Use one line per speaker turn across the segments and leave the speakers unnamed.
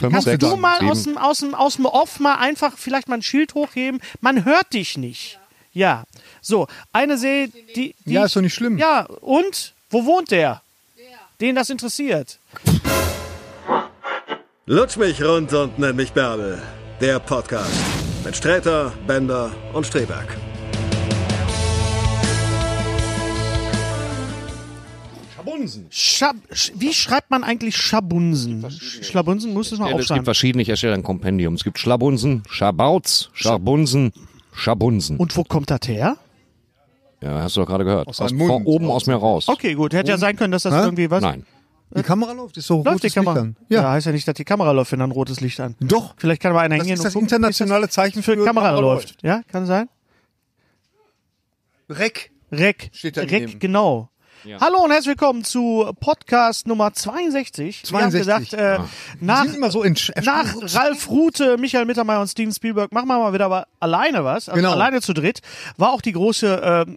Kannst
sechs,
du mal
sieben.
aus dem, aus, dem, aus dem Off mal einfach vielleicht mal ein Schild hochheben? Man hört dich nicht. Ja. So, eine See, die, die.
Ja, ist doch nicht schlimm.
Ja, und? Wo wohnt der? Den das interessiert.
Lutsch mich rund und nenn mich Bärbel. Der Podcast mit Sträter, Bender und Streberg.
Schab, sch, wie schreibt man eigentlich Schabunsen? Schlabunsen muss es mal
Es gibt
aufschreiben.
verschiedene, ich erstelle ein Kompendium. Es gibt Schlabunsen, Schabauz, Schabunsen, Schabunsen.
Und wo kommt das her?
Ja, hast du doch gerade gehört. Aus
seinem Mund.
Von oben aus mir raus.
Okay, gut. Hätte ja sein können, dass das
Hä?
irgendwie was.
Nein.
Die Kamera läuft, ist doch
Läuft die
rotes Licht
Kamera?
an.
Ja.
Ja,
heißt ja nicht, dass die Kamera läuft, wenn dann rotes Licht an.
doch.
Vielleicht kann aber einer
Das
hingehen
ist
und
das
gucken,
internationale Zeichen
für
für
Kamera
Kamera
läuft. Ja, kann sein.
Reck.
Rec.
Steht daneben.
Rec, genau. Hallo und herzlich willkommen zu Podcast Nummer 62. Wir haben
62.
gesagt, äh, nach,
Ah. sind immer so entsch-
nach Ralf Rute, Michael Mittermeier und Steven Spielberg machen wir mal wieder aber alleine was. Also
Genau.
Alleine zu dritt. War auch die große, ähm,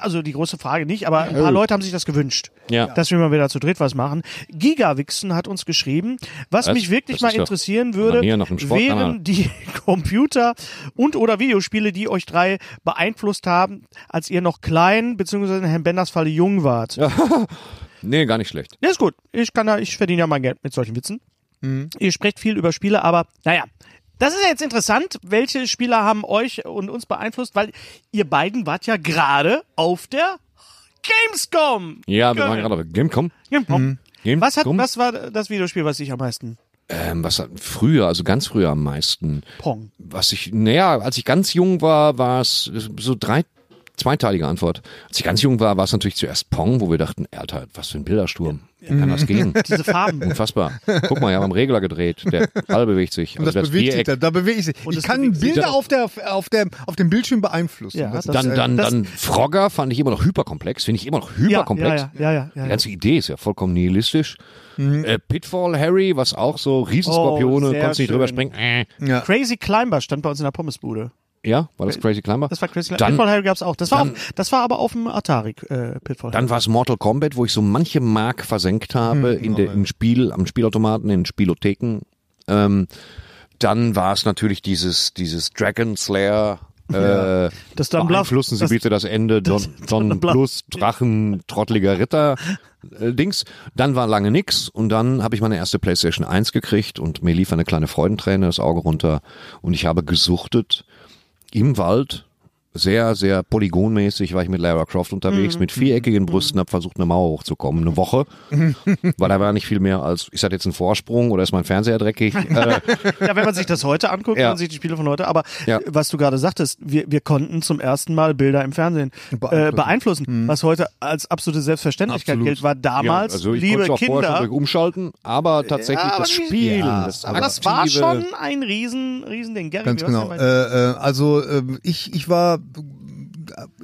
also die große Frage nicht, aber
Oh.
ein paar Leute haben sich das gewünscht.
Ja.
Dass wir mal wieder zu dritt was machen. Gigawixen hat uns geschrieben, was,
Was?
mich wirklich
Das
mal
ist doch
interessieren würde,
Manier nach dem Sportkanal.
wären die Computer und oder Videospiele, die euch drei beeinflusst haben, als ihr noch klein, beziehungsweise in Herrn Benders Falle jung wart. Ja.
Nee, gar nicht schlecht.
ist gut. Ich kann da, ich verdiene ja mein Geld mit solchen Witzen.
Mhm.
Ihr sprecht viel über Spiele, aber naja. Das ist ja jetzt interessant, welche Spieler haben euch und uns beeinflusst, weil ihr beiden wart ja gerade auf der Gamescom.
Ja, wir
Geil.
waren gerade auf Gamecom.
Gamescom.
Gamecom.
Was, hat, was war das Videospiel, was ich am meisten?
Ähm, was hat früher, also ganz früher am meisten?
Pong.
Was ich, naja, als ich ganz jung war, war es so drei, zweiteilige Antwort. Als ich ganz jung war, war es natürlich zuerst Pong, wo wir dachten, Alter, was für ein Bilderturm. Kann
Mhm.
das gehen?
Diese Farben.
Unfassbar. Guck mal, wir haben am Regler gedreht. Der Ball bewegt sich. Also
Und das, bewegt sich,
Viereck
da, da bewegt sich.
Und
Ich
das
kann
bewegt sich.
Ja.
Bilder auf, der, auf, der, auf dem Bildschirm beeinflussen.
Ja,
das
Dann,
ist, äh,
dann,
das,
dann Frogger fand ich immer noch hyperkomplex, finde ich immer noch hyperkomplex.
Ja, ja, ja, ja, ja,
Die
ja.
ganze Idee ist ja vollkommen nihilistisch. Äh, Pitfall Harry, was auch so,
Oh,
Riesenskorpione,
sehr
konntest nicht drüber
schön.
springen. Äh.
Ja.
Crazy Climber stand bei uns in der Pommesbude.
Ja, war das Crazy Climber?
Das war Crazy Climber.
Dann,
Pitfall Harry gab's auch. Das war, auf, das war aber auf dem Atari äh, Pitfall. Harry.
dann war es Mortal Kombat, wo ich so manche Mark versenkt habe
Hm.
in der, im Spiel, am Spielautomaten, in Spielotheken. Ähm, dann war es natürlich dieses, dieses Dragon Slayer. Äh,
Das Don Bluff.
beeinflussen Sie
Das-
bitte das Ende Don, Don
Bluff.
Plus Drachen trottliger Ritter äh, Dings. Dann war lange nix und dann habe ich meine erste PlayStation 1 gekriegt und mir lief eine kleine Freudenträne das Auge runter und ich habe gesuchtet im Wald sehr, sehr polygonmäßig war ich mit Lara Croft unterwegs, mit viereckigen Brüsten, habe versucht, eine Mauer hochzukommen, eine Woche, weil da war nicht viel mehr als, ist das jetzt ein Vorsprung oder ist mein Fernseher dreckig? Äh,
Ja, wenn man sich das heute anguckt, wenn
Ja.
man sich die Spiele von heute, aber
Ja.
äh, was du gerade sagtest, wir, wir konnten zum ersten Mal Bilder im Fernsehen beeinflussen, äh,
Beeinflussen.
beeinflussen was heute als absolute Selbstverständlichkeit
Absolut.
gilt, war damals,
ja, also ich
liebe
konnte auch vorher schon
Kinder,
durch umschalten, aber tatsächlich
Ja, aber
das
die-
Spielen,
Ja,
das
aber das war
aktive-
schon ein riesen, riesen Ding. Gary,
Ganz
wie war's
genau.
denn
Äh,
bei-
äh, also äh, ich, ich war,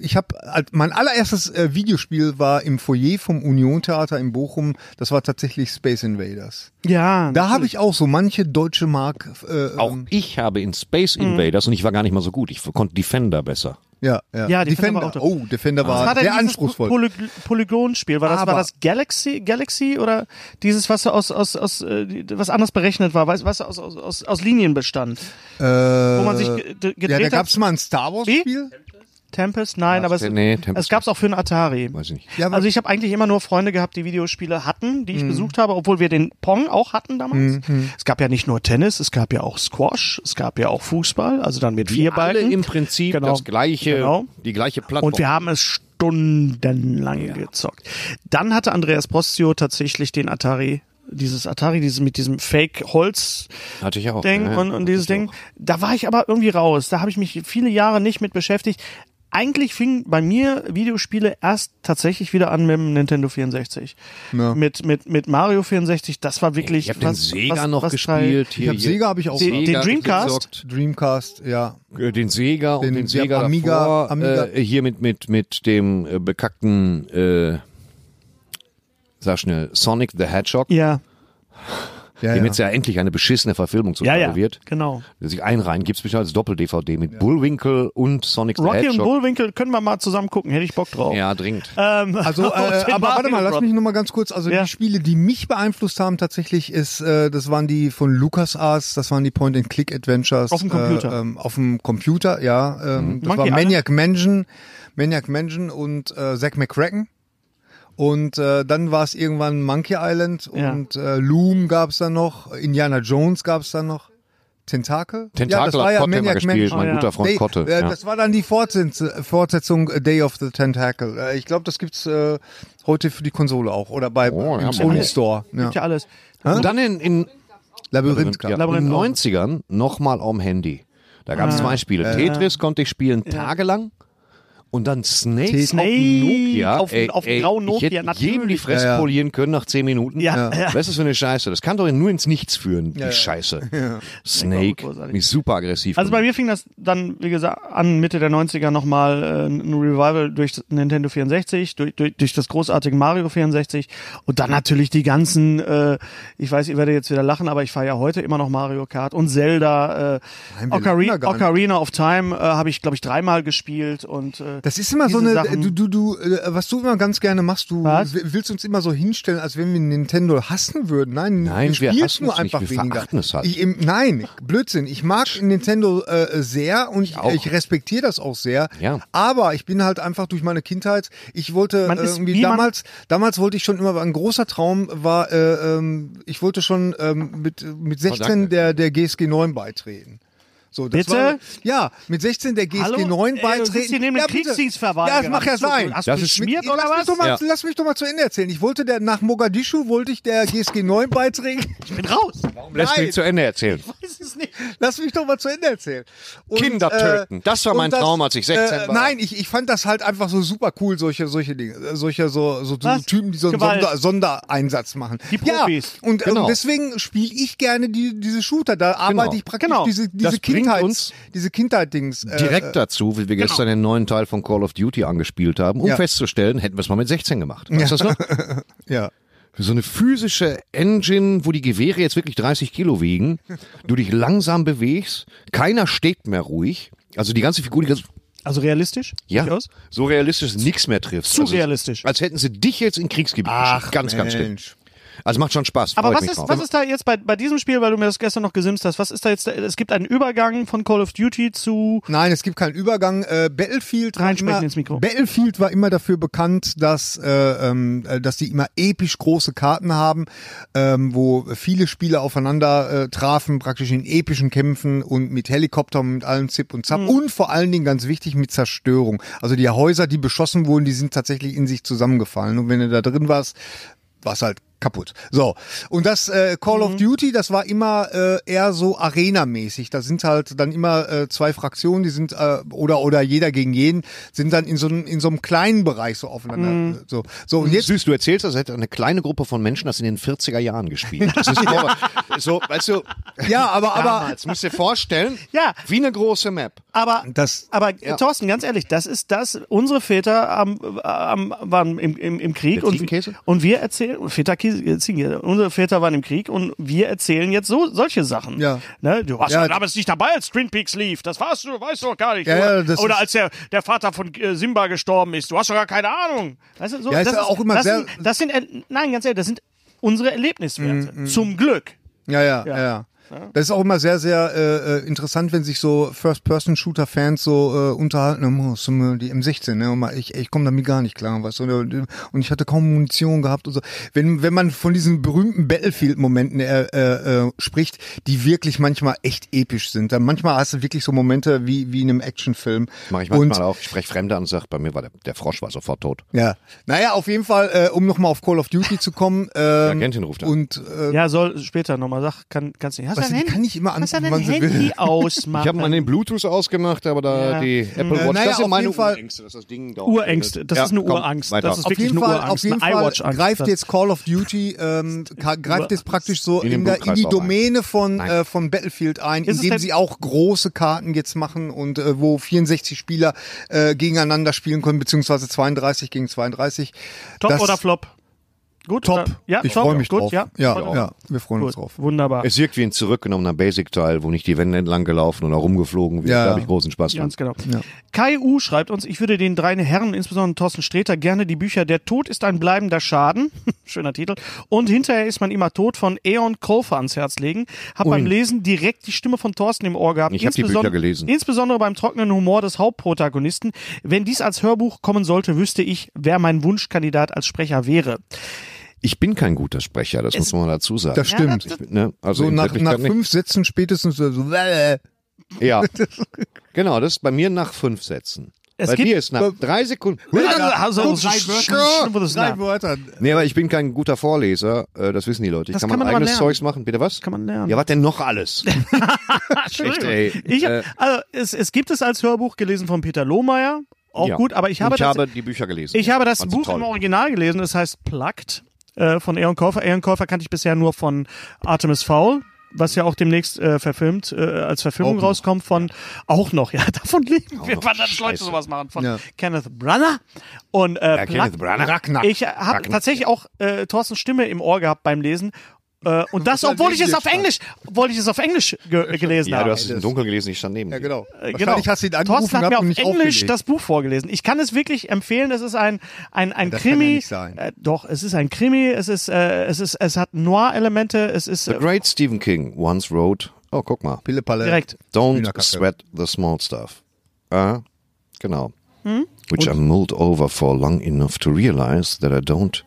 ich habe mein allererstes äh, Videospiel war im Foyer vom Union Theater in Bochum. Das war tatsächlich Space Invaders.
ja,
Da habe ich auch so manche deutsche Mark. Äh,
Auch
ähm,
Hm.
ich habe in Space Invaders, und ich war gar nicht mal so gut, ich konnte Defender besser.
Ja, ja.
Ja,
Defender.
Defender war auch da.
oh, Defender
Was
war
war denn
sehr
dieses
anspruchsvoll.
Poly Polygonspiel. War das, war
Aber-
das Galaxy, Galaxy oder dieses, was aus, aus, aus äh, die- was anders berechnet war, was, was aus, aus, aus, aus Linien bestand?
Äh,
wo
man sich ge- ge-
Ja,
gedreht
da
hat?
gab es mal ein Star
Wie?
Wars-Spiel.
Tempest? Nein, aber es,
nee, Tempest
es gab es auch für einen Atari.
Weiß ich nicht.
Ja, aber-
also ich habe eigentlich immer nur Freunde gehabt, die Videospiele hatten, die ich
Mhm.
besucht habe, obwohl wir den Pong auch hatten damals. Es gab ja nicht nur Tennis, es gab ja auch Squash, es gab ja auch Fußball, also dann mit vier
Alle
Balken.
im Prinzip
Genau.
das gleiche,
Genau.
die gleiche Plattform.
Und wir haben es stundenlang gezockt. Dann hatte Andreas Prostio tatsächlich den Atari, dieses Atari, dieses mit diesem Fake-Holz.
Hatte ich auch,
Ding
ja, ja.
und, und dieses
Hatte ich
Ding. Da war ich aber irgendwie raus. Da habe ich mich viele Jahre nicht mit beschäftigt. Eigentlich fingen bei mir Videospiele erst tatsächlich wieder an mit dem Nintendo 64. Mit, mit, mit Mario 64, das war wirklich.
ich habe den Sega noch gespielt.
Ich hab Sega hab ich auch
Den,
Den- den Dreamcast?
Dreamcast, ja.
Äh, den Sega und
Den-
den,
ja,
Sega
Amiga-
davor,
Amiga.
Äh, hier mit mit mit dem äh, bekackten äh, sag schnell Sonic the Hedgehog,
Ja,
Ja,
dem
ja.
jetzt ja endlich eine beschissene Verfilmung zu
ja, ja.
wird.
Genau.
Der sich einreihen, gibt's bestimmt als Doppel-DVD mit Bullwinkle und Sonic the
Rocky und
Hedgehog.
Bullwinkel können wir mal zusammen gucken, hätte ich Bock drauf.
ja, dringend.
Also, äh,
Ähm, Auf den
aber warte mal,
Mario
lass
Bros.
mich nochmal ganz kurz. Also
Ja.
die Spiele, die mich beeinflusst haben tatsächlich, ist, äh, das waren die von LucasArts, das waren die Point-and-Click-Adventures.
Auf dem Computer. Mhm.
Äh, ähm, auf dem Computer, ja. Ähm, das
Monkey
war
Island.
Maniac Mansion, Maniac Mansion und äh, Zack McCracken. Und äh, dann war es irgendwann Monkey Island
Ja.
und äh, Loom gab's da noch, Indiana Jones gab's da noch. Tentakel? ja, das
Tentakel
war
hat
ja
Kotte immer
Maniac
gespielt,
Mansion.
mein
Oh, ja.
guter Freund
Nee,
Kotte.
Äh,
ja.
Das war dann die Fortsetz Fortsetzung äh, Day of the Tentacle. Äh, ich glaube, das gibt's äh, heute für die Konsole auch oder bei
Oh,
im
ja,
Sony
Mann.
Store. Ja.
Gibt ja alles.
Und dann in, in,
Labyrinth
ja,
gab.
in
Labyrinth
den
auch.
90ern nochmal am Handy. Da gab es
Ah.
zwei Spiele.
Äh.
Tetris konnte ich spielen tagelang. Und dann Snake auf
Snake
dem Nokia.
auf dem-
Ey,
auf dem
ey,
grauen
ich hätte
Nokia, natürlich.
jedem die Fresse
Ja, ja.
polieren können nach zehn Minuten.
Ja. Ja.
Was ist das für eine Scheiße? Das kann doch nur ins Nichts führen,
Ja,
die
ja.
Scheiße.
Snake
Snake,
war auch großartig.
mich super aggressiv.
Also bei
gemacht.
mir fing das dann, wie gesagt, an Mitte der 90er nochmal äh, ein Revival durch das Nintendo 64, durch, durch, durch das großartige Mario 64 und dann natürlich die ganzen, äh, ich weiß, ihr werdet jetzt wieder lachen, aber ich fahre ja heute immer noch Mario Kart und Zelda, äh,
Nein, wir
Ocari
lachen da gar nicht.
Ocarina of Time äh, habe ich, glaube ich, dreimal gespielt und äh,
Das ist immer so
diese
eine,
Sachen-
du, du, du, äh, was du immer ganz gerne machst, du
Was?
w- willst uns immer so hinstellen, als wenn wir Nintendo hassen würden. Nein,
Nein,
wir
wir
spielen
hassen
nur
es nicht,
einfach
wir
weniger.
verachten es halt.
Ich, im, nein, Blödsinn. Ich mag Nintendo äh, sehr und ich,
auch.
ich respektiere das auch sehr.
Ja.
Aber ich bin halt einfach durch meine Kindheit, ich wollte
Man
äh,
ist
irgendwie
wie man-
damals, damals wollte ich schon immer, ein großer Traum war, äh, ähm, ich wollte schon ähm, mit, mit 16
danke.
der, der GSG 9 beitreten. So, das
Bitte?
War, ja, mit 16 der GSG
Hallo? Äh,
9
Ey, du
beitreten.
sitzt hier neben dem
ja, bitte.
Kriegsdienstverweigerer.
Ja, das mag ja sein.
Hast
Das
du
ist-
geschmiert
Mit-
oder
lass Mich doch
was?
mal,
Ja.
Lass mich doch mal zu Ende erzählen. Ich wollte der, nach Mogadischu wollte ich der GSG 9 beitreten.
Ich bin raus.
Lässt
Nein.
mich zu Ende erzählen.
Weiß es nicht.
Lass mich doch mal zu Ende erzählen. Und, äh,
Kinder töten. Das war
und äh,
mein Traum, als ich 16 war.
Nein, ich, ich fand das halt einfach so super cool, solche, solche Dinge, äh, solche so, so, so
Was?
Typen, die so einen
Gewalt.
Sonder, Sondereinsatz machen.
Die Profis.
Ja, und,
Genau.
und deswegen spiele ich gerne die, diese Shooter. Da arbeite ich praktisch
Genau.
diese, diese
Das bringt
Kindheits,
uns
diese Kindheit-Dings. äh,
Direkt dazu, wie wir gestern
genau.
den neuen Teil von Call of Duty angespielt haben, um
Ja.
festzustellen, hätten wir es mal mit 16 gemacht. Weißt du das noch?
äh, ja.
so eine physische Engine, wo die Gewehre jetzt wirklich 30 Kilo wiegen, du dich langsam bewegst, keiner steht mehr ruhig. Also die ganze Figur, die ganze,
Also realistisch?
ja,
Durchaus?
so realistisch nichts mehr triffst.
Zu
also,
realistisch.
Als hätten sie dich jetzt in Kriegsgebiet geschickt. Ganz, ganz schlimm.
Mensch.
Also macht schon Spaß.
Aber
freut
was
mich
ist,
drauf.
was ist da jetzt bei, bei diesem Spiel, weil du mir das gestern noch gesimst hast, was ist da jetzt, da- es gibt einen Übergang von Call of Duty zu,
Nein, es gibt keinen Übergang. Äh, Battlefield war
Reinsprechen
immer,
ins Mikro.
Battlefield war immer dafür bekannt, dass äh, ähm, äh, dass die immer episch große Karten haben, ähm, wo viele Spieler aufeinander äh, trafen, praktisch in epischen Kämpfen und mit Helikoptern mit allem Zip und
Mhm.
Zap und vor allen Dingen ganz wichtig mit Zerstörung. Also die Häuser, die beschossen wurden, die sind tatsächlich in sich zusammengefallen und wenn du da drin warst, war's halt kaputt. So, und das äh, Call of Duty, das war immer äh, eher so Arena-mäßig. Da sind halt dann immer äh, zwei Fraktionen, die sind äh, oder oder jeder gegen jeden sind dann in so einem in so einem kleinen Bereich so aufeinander äh, so. So und jetzt
Süß, du erzählst, als hätte eine kleine Gruppe von Menschen das in den 40er Jahren gespielt. Das ist aber so, weißt du,
Ja, aber, aber
Damals, musst dir vorstellen,
Ja.
wie eine große Map.
Aber,
das,
aber äh, Thorsten, ganz ehrlich, das ist das, unsere Väter am, am, waren im, im, im Krieg
Der
und,
Ziegenkäse?
und wir erzählen, Väter, Käse- Ziegenkäse. unsere Väter waren im Krieg und wir erzählen jetzt so solche Sachen.
Ja.
Ne? Du warst
Ja.
ja. damals nicht dabei, als Twin Peaks lief. Das warst du, weißt du doch gar nicht.
Ja,
Oder-
ja, das
Oder
ist-
als der, der Vater von äh, Simba gestorben ist. Du hast doch gar keine Ahnung. Weißt du, so,
Ja, ist ja auch immer
das
sehr-
Sind, das sind, äh, nein, ganz ehrlich, das sind unsere Erlebniswerte.
Mhm,
Zum Glück.
Ja, ja, ja. ja. Das ist auch immer sehr, sehr äh, äh, interessant, wenn sich so First-Person-Shooter-Fans so äh, unterhalten, oh, hast du mir die M16, ne? Und mal, ich, ich komme damit gar nicht klar, weißt du? Und, äh, und ich hatte kaum Munition gehabt und so. Wenn, wenn man von diesen berühmten Battlefield-Momenten äh, äh, äh, spricht, die wirklich manchmal echt episch sind. Dann manchmal hast du wirklich so Momente wie, wie in einem Actionfilm.
Mach ich manchmal
und,
auch. Ich spreche Fremde an und sage, bei mir war der, der Frosch war sofort tot.
Ja. Naja, auf jeden Fall, äh, um nochmal auf Call of Duty zu kommen. Ähm, ja,
Agentin ruft an.
Und äh,
Ja, soll später nochmal. Sag, kann, kannst nicht. Hast
Weißt
dein
du, die
Handy-
kann ich immer
Hast dein
anrufen, wann sie will.
Handy ausmachen.
Ich habe mal den Bluetooth ausgemacht, aber da
Ja.
die Apple
Äh,
Watch,
naja,
das
auf
sind meine
jeden Fall-
Urängste, dass das Ding dauert.
Urängste. Das
Ja,
ist eine
komm,
Urangst.
weiter.
Das ist
auf
wirklich
jeden
eine
Fall,
Urangst.
auf jeden
eine
Fall
iWatch-Angst.
greift
Das-
jetzt Call of Duty, ähm, ka- greift jetzt praktisch so
In den
in, der, in die
Blutkreislauf ein.
Domäne von,
Nein.
äh, von Battlefield ein,
Ist es
indem
denn-
sie auch große Karten jetzt machen und äh, wo 64 Spieler äh, gegeneinander spielen können, beziehungsweise 32 gegen 32.
Top
Das-
oder Flop? Gut.
Top.
oder- Ja,
ich
top.
freue mich
Gut,
drauf.
Ja,
ja,
freut
ja,
mich.
wir freuen
Gut,
uns drauf.
Wunderbar.
Es wirkt wie ein zurückgenommener Basic-Teil, wo nicht die Wände entlang gelaufen oder rumgeflogen wird.
Ja,
Da
ja.
habe ich großen Spaß dran.
Ganz genau. Kai U schreibt uns, ich würde den drei Herren, insbesondere Thorsten Sträter, gerne die Bücher Der Tod ist ein bleibender Schaden, schöner Titel, und Hinterher ist man immer tot von Eon Kolfer ans Herz legen. Hab beim Lesen direkt die Stimme von Thorsten im Ohr gehabt.
Ich hab die
Insbeson-
Bücher gelesen.
Insbesondere beim trockenen Humor des Hauptprotagonisten. Wenn dies als Hörbuch kommen sollte, wüsste ich, wer mein Wunschkandidat als Sprecher wäre.
Ich bin kein guter Sprecher, das muss man dazu sagen.
Das stimmt.
Ich bin, ne? Also
so
in
nach, nach
Wirklichkeit nicht.
fünf Sätzen spätestens so, so äh,
Ja. genau, das ist bei mir nach fünf Sätzen.
Es
bei
gibt-
dir ist nach drei Sekunden.
Also,
drei Wörter, drei Wörter.
Nee, aber ich bin kein guter Vorleser, äh, das wissen die Leute. Ich
Das
kann,
kann
mein
man aber
eigenes
lernen.
Zeugs machen. Bitte was?
Kann man lernen.
Ja, was denn noch alles? Echt, ey.
Ich,
Äh,
also es, es gibt es als Hörbuch gelesen von Peter Lohmeier, auch
ja.
gut, aber ich habe,
ich
das,
habe die Bücher gelesen.
ich habe das
Fand sie
Buch
toll.
im Original gelesen, es heißt Plugged äh, von Aaron Käufer. Aaron Käufer kannte ich bisher nur von Artemis Fowl. Was ja auch demnächst äh, verfilmt, äh, als
Auch
Verfilmung
noch.
rauskommt von, auch noch, ja, davon leben wir,
noch.
wann das Leute
Scheiße.
sowas machen, von
Ja.
Kenneth Branagh und äh,
Ja,
Plug-
Kenneth Branagh. Ragnar.
Ich habe
Ragnar.
tatsächlich auch äh, Thorstens Stimme im Ohr gehabt beim Lesen äh, und das,
Weil
obwohl ich
wir
es
hier
auf Englisch, obwohl ich es auf Englisch ge gelesen
Ja,
habe.
du hast es im Dunkeln gelesen, ich stand neben
Ja,
dir.
genau.
Äh,
Wahrscheinlich hast du ihn angerufen
Thorsten
gehabt
hat mir auf
und nicht
Englisch
aufgelegt.
das Buch vorgelesen. Ich kann es wirklich empfehlen. Das ist ein ein ein
Das kann
Krimi.
ja nicht sein.
Äh, doch, es ist ein Krimi. Es ist äh, es ist es hat Noir-Elemente. Es ist
The
äh,
Great Stephen King once wrote, oh, guck mal,
Pille, Palle.
direkt.
don't
Hühnerkacke.
sweat the small stuff. Ah, genau.
Hm?
Which I mulled over for long enough to realize that I don't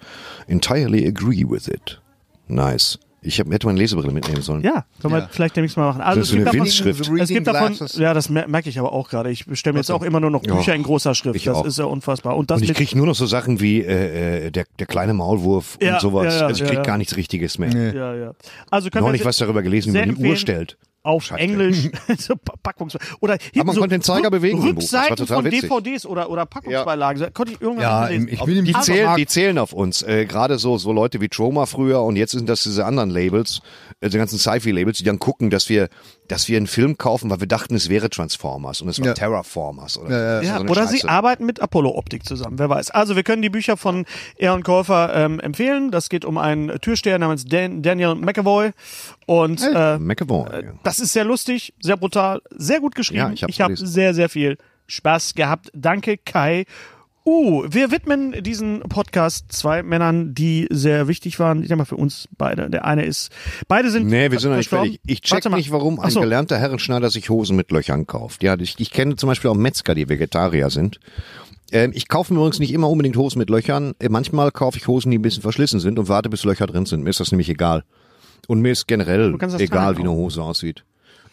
entirely agree with it. Nice. Ich hab, hätte meine Lesebrille mitnehmen sollen.
Ja, können wir vielleicht demnächst mal machen. Also
Das
es
ist
gibt
eine
davon,
Windschrift.
The
es
reading
gibt davon,
glasses.
ja, das mer- merke ich aber auch gerade. Ich bestelle mir jetzt auch immer nur noch Bücher in großer Schrift.
ich
das
auch.
ist ja unfassbar. Und das
Und ich
mit
kriege nur noch so Sachen wie äh, äh, der, der kleine Maulwurf
Ja,
und sowas.
ja, ja,
also ich
ja,
kriege
ja.
gar nichts Richtiges mehr.
ja, ja. Also können
Neulich
wir
was darüber gelesen, wie
sehr
man die Uhr
empfehlen.
stellt.
auf
Scheiße.
Englisch so Pa- Packungs oder hinten
man konnte den Zeiger
Rück-
bewegen im Buch. Das war
Rückseiten
total
von
witzig.
DVDs oder oder Packungsbeilagen. Konnte ich irgendwann
Ja,
mal lesen.
im- ich will im
Die
Büchermarkt-
zählen, die zählen auf uns. Äh, Gerade so, so Leute wie Troma früher und jetzt sind das diese anderen Labels, äh, die ganzen Sci-Fi-Labels, die dann gucken, dass wir, dass wir einen Film kaufen, weil wir dachten, es wäre Transformers und es war
Ja.
Terraformers oder, so.
Ja,
So eine
oder sie
Scheiße.
arbeiten mit Apollo-Optik zusammen, wer weiß. Also wir können die Bücher von Aaron Käufer ähm, empfehlen. Das geht um einen Türsteher namens Dan Daniel McAvoy. Und äh,
McAvoy. ja.
das ist sehr lustig, sehr brutal, sehr gut geschrieben.
Ja, ich hab's
ich habe
gelesen.
sehr, sehr viel Spaß gehabt. Danke, Kai. Uh, wir widmen diesen Podcast zwei Männern, die sehr wichtig waren. Ich sag mal für uns beide. Der eine ist, beide sind.
Nee, wir sind noch nicht
verstorben.
fertig. Ich
Warte
check
mal.
nicht, warum ein
Ach so.
gelernter Herrenschneider sich Hosen mit Löchern kauft. Ja, ich, ich kenne zum Beispiel auch Metzger, die Vegetarier sind. Ähm, ich kaufe mir übrigens nicht immer unbedingt Hosen mit Löchern. Äh, Manchmal kaufe ich Hosen, die ein bisschen verschlissen sind und warte, bis Löcher drin sind. Mir ist das nämlich egal. Und mir ist generell
kannst das
egal,
tragen
wie eine Hose aussieht.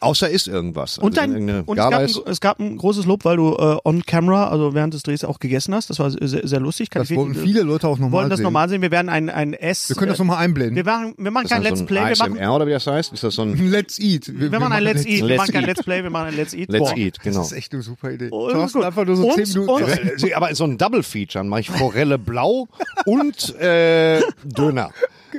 Außer ist irgendwas.
Und,
Also wenn
dein,
irgendeine
und es,
Gala
gab
ist-
ein, es gab ein großes Lob, weil du äh, on camera, also während des Drehs auch gegessen hast. Das war sehr, sehr lustig. Kann
Das
ich
wollten
wirklich-
viele Leute auch nochmal
wollen
sehen.
das normal sehen. Wir werden ein, ein S.
Wir können das
äh,
nochmal einblenden.
wir machen, wir machen
ist das
kein Let's
so ein
Play, wir machen,
ASMR oder wie das heißt? Ist das so ein
Let's Eat. Wir,
wir machen ein Let's Eat. Wir
Let's
machen kein
Eat.
Let's Play, wir machen ein Let's Eat.
Let's
Boah.
Eat?
Genau.
Genau.
Das ist echt eine super Idee.
Oh,
Thorsten,
gut.
einfach nur so
Und-
10 Minuten.
und-
Äh,
Aber so ein Double Feature, dann mache ich Forelle blau und äh, Döner.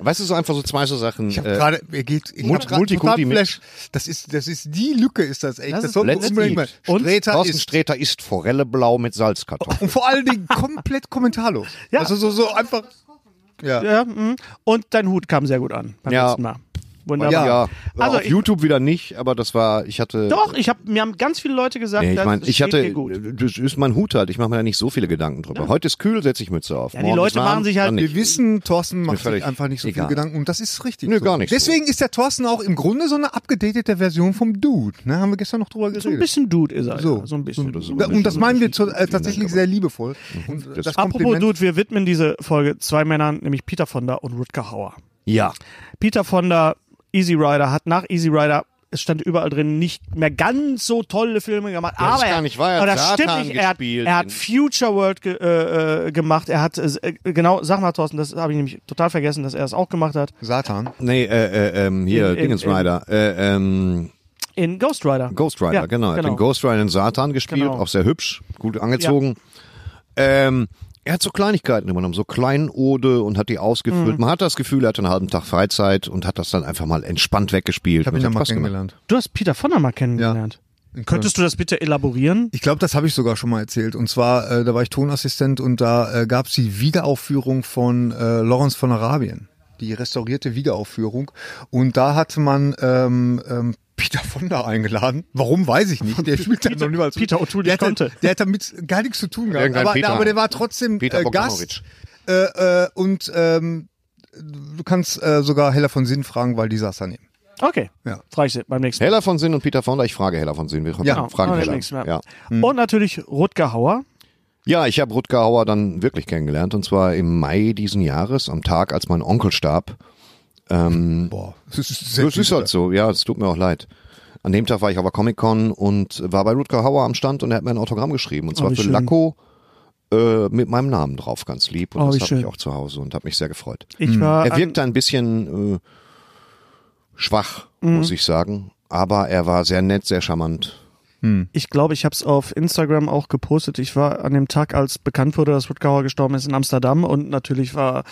Weißt du, so einfach so zwei so Sachen.
Ich habe
äh,
gerade, mir geht, ich hab
Multi-
grad
Multikulti
total
mit-
Flash. Das ist, das ist die Lücke, ist das echt.
Das
Das,
ist
sollten wir
letztes
unbedingt mal.
Lied.
Und Streter
Thorsten
ist
Sträter isst Forelle blau mit Salzkartoffeln.
und vor allen Dingen komplett kommentarlos.
Ja.
Also so, so einfach. Ja.
Ja, mhm. und dein Hut kam sehr gut an beim
Ja.
letzten Mal. Wunderbar.
Ja,
Ja.
war
Also
auf
ich-
YouTube wieder nicht, aber das war, ich hatte.
Doch, ich hab, mir haben ganz viele Leute gesagt,
Nee, ich
das
meine, ich
steht
hatte,
dir gut.
das ist mein Hut halt. Ich mache mir da nicht so viele Gedanken drüber. Heute ist kühl, setze ich Mütze auf.
Ja, die
Morgen
Leute
ist warm,
machen sich halt-
dann
Wir
nicht.
wissen, Thorsten macht
völlig
sich einfach nicht so
egal.
viele Gedanken und das ist richtig.
Nö,
so.
gar nicht so.
Deswegen ist der Thorsten auch im Grunde so eine abgedatete Version vom Dude. Ne, haben wir gestern noch drüber
So ein
geredet.
bisschen Dude ist er.
So.
ja, so ein bisschen.
Oder so.
Da- und das meinen wir zu, äh,
Vielen
tatsächlich
Dank,
sehr liebevoll. Und das
Apropos
Kompliment-
Dude, wir widmen diese Folge zwei Männern, nämlich Peter Fonda und Rutger Hauer.
Ja.
Peter Fonda, Easy Rider, hat nach Easy Rider, es stand überall drin, nicht mehr ganz so tolle Filme gemacht.
Ja, das
aber
kann
er,
nicht wahr, er hat
aber das
Satan
stimmt nicht. Er hat,
gespielt.
er hat Future World ge, äh, äh, gemacht. Er hat, äh, genau, sag mal, Thorsten, das habe ich nämlich total vergessen, dass er das auch gemacht hat.
Satan.
Nee, äh, äh, ähm, hier,
In- in-
Dingens Rider. Äh, ähm,
In Ghost Rider.
Ghost Rider,
Ja,
genau. Er hat den Ghost Rider in Satan gespielt,
Genau.
auch sehr hübsch, gut angezogen. Ähm, er hat so Kleinigkeiten übernommen, so Kleinode und hat die ausgefüllt. Man hat das Gefühl, er hat einen halben Tag Freizeit und hat das dann einfach mal entspannt weggespielt.
Ich habe
Und
ihn ja
hat
mal
Spaß gemacht.
kennengelernt.
Du hast Peter Fonda mal kennengelernt. Könntest du das bitte elaborieren?
Ich glaube, das habe ich sogar schon mal erzählt. Und zwar, äh, da war ich Tonassistent und da äh, gab es die Wiederaufführung von äh, Lawrence von Arabien. Die restaurierte Wiederaufführung. Und da hatte man ähm, ähm, Peter Fonda eingeladen. Warum, weiß ich nicht. Der spielt da noch niemals.
Peter O'Toole
der, hatte,
konnte.
der hat damit gar nichts zu tun gehabt.
Irgendein
Aber,
Peter.
aber der war trotzdem
Peter
äh,
Bogdanovich.
Gast. Äh, äh, und ähm, du kannst äh, sogar Hella von Sinn fragen, weil die saß daneben.
Okay.
Ja.
Frage ich sie beim nächsten Mal.
Heller von Sinn und Peter Fonda, ich frage Heller von Sinn. Wir
Ja,
fragen
Machen wir
Heller.
nichts mehr.
Ja.
Und natürlich Rutger Hauer.
ja, ich habe Rutger Hauer dann wirklich kennengelernt und zwar im Mai diesen Jahres, am Tag, als mein Onkel starb.
Boah, das ist, sehr
Hm. Das ist halt so, ja, es tut mir auch leid. An dem Tag war ich aber Comic-Con und war bei Rutger Hauer am Stand und er hat mir ein Autogramm geschrieben. Und zwar
Oh, wie
für
schön.
Lacko äh, mit meinem Namen drauf, ganz lieb. Und
Oh, wie
das habe ich
schön.
auch zu Hause und habe mich sehr gefreut.
Ich war
Hm. Er
an-
wirkte ein bisschen äh, schwach,
Mhm.
muss ich sagen. Aber er war sehr nett, sehr charmant.
ich glaube, ich habe es auf Instagram auch gepostet. Ich war an dem Tag, als bekannt wurde, dass Rutger Hauer gestorben ist in Amsterdam und natürlich war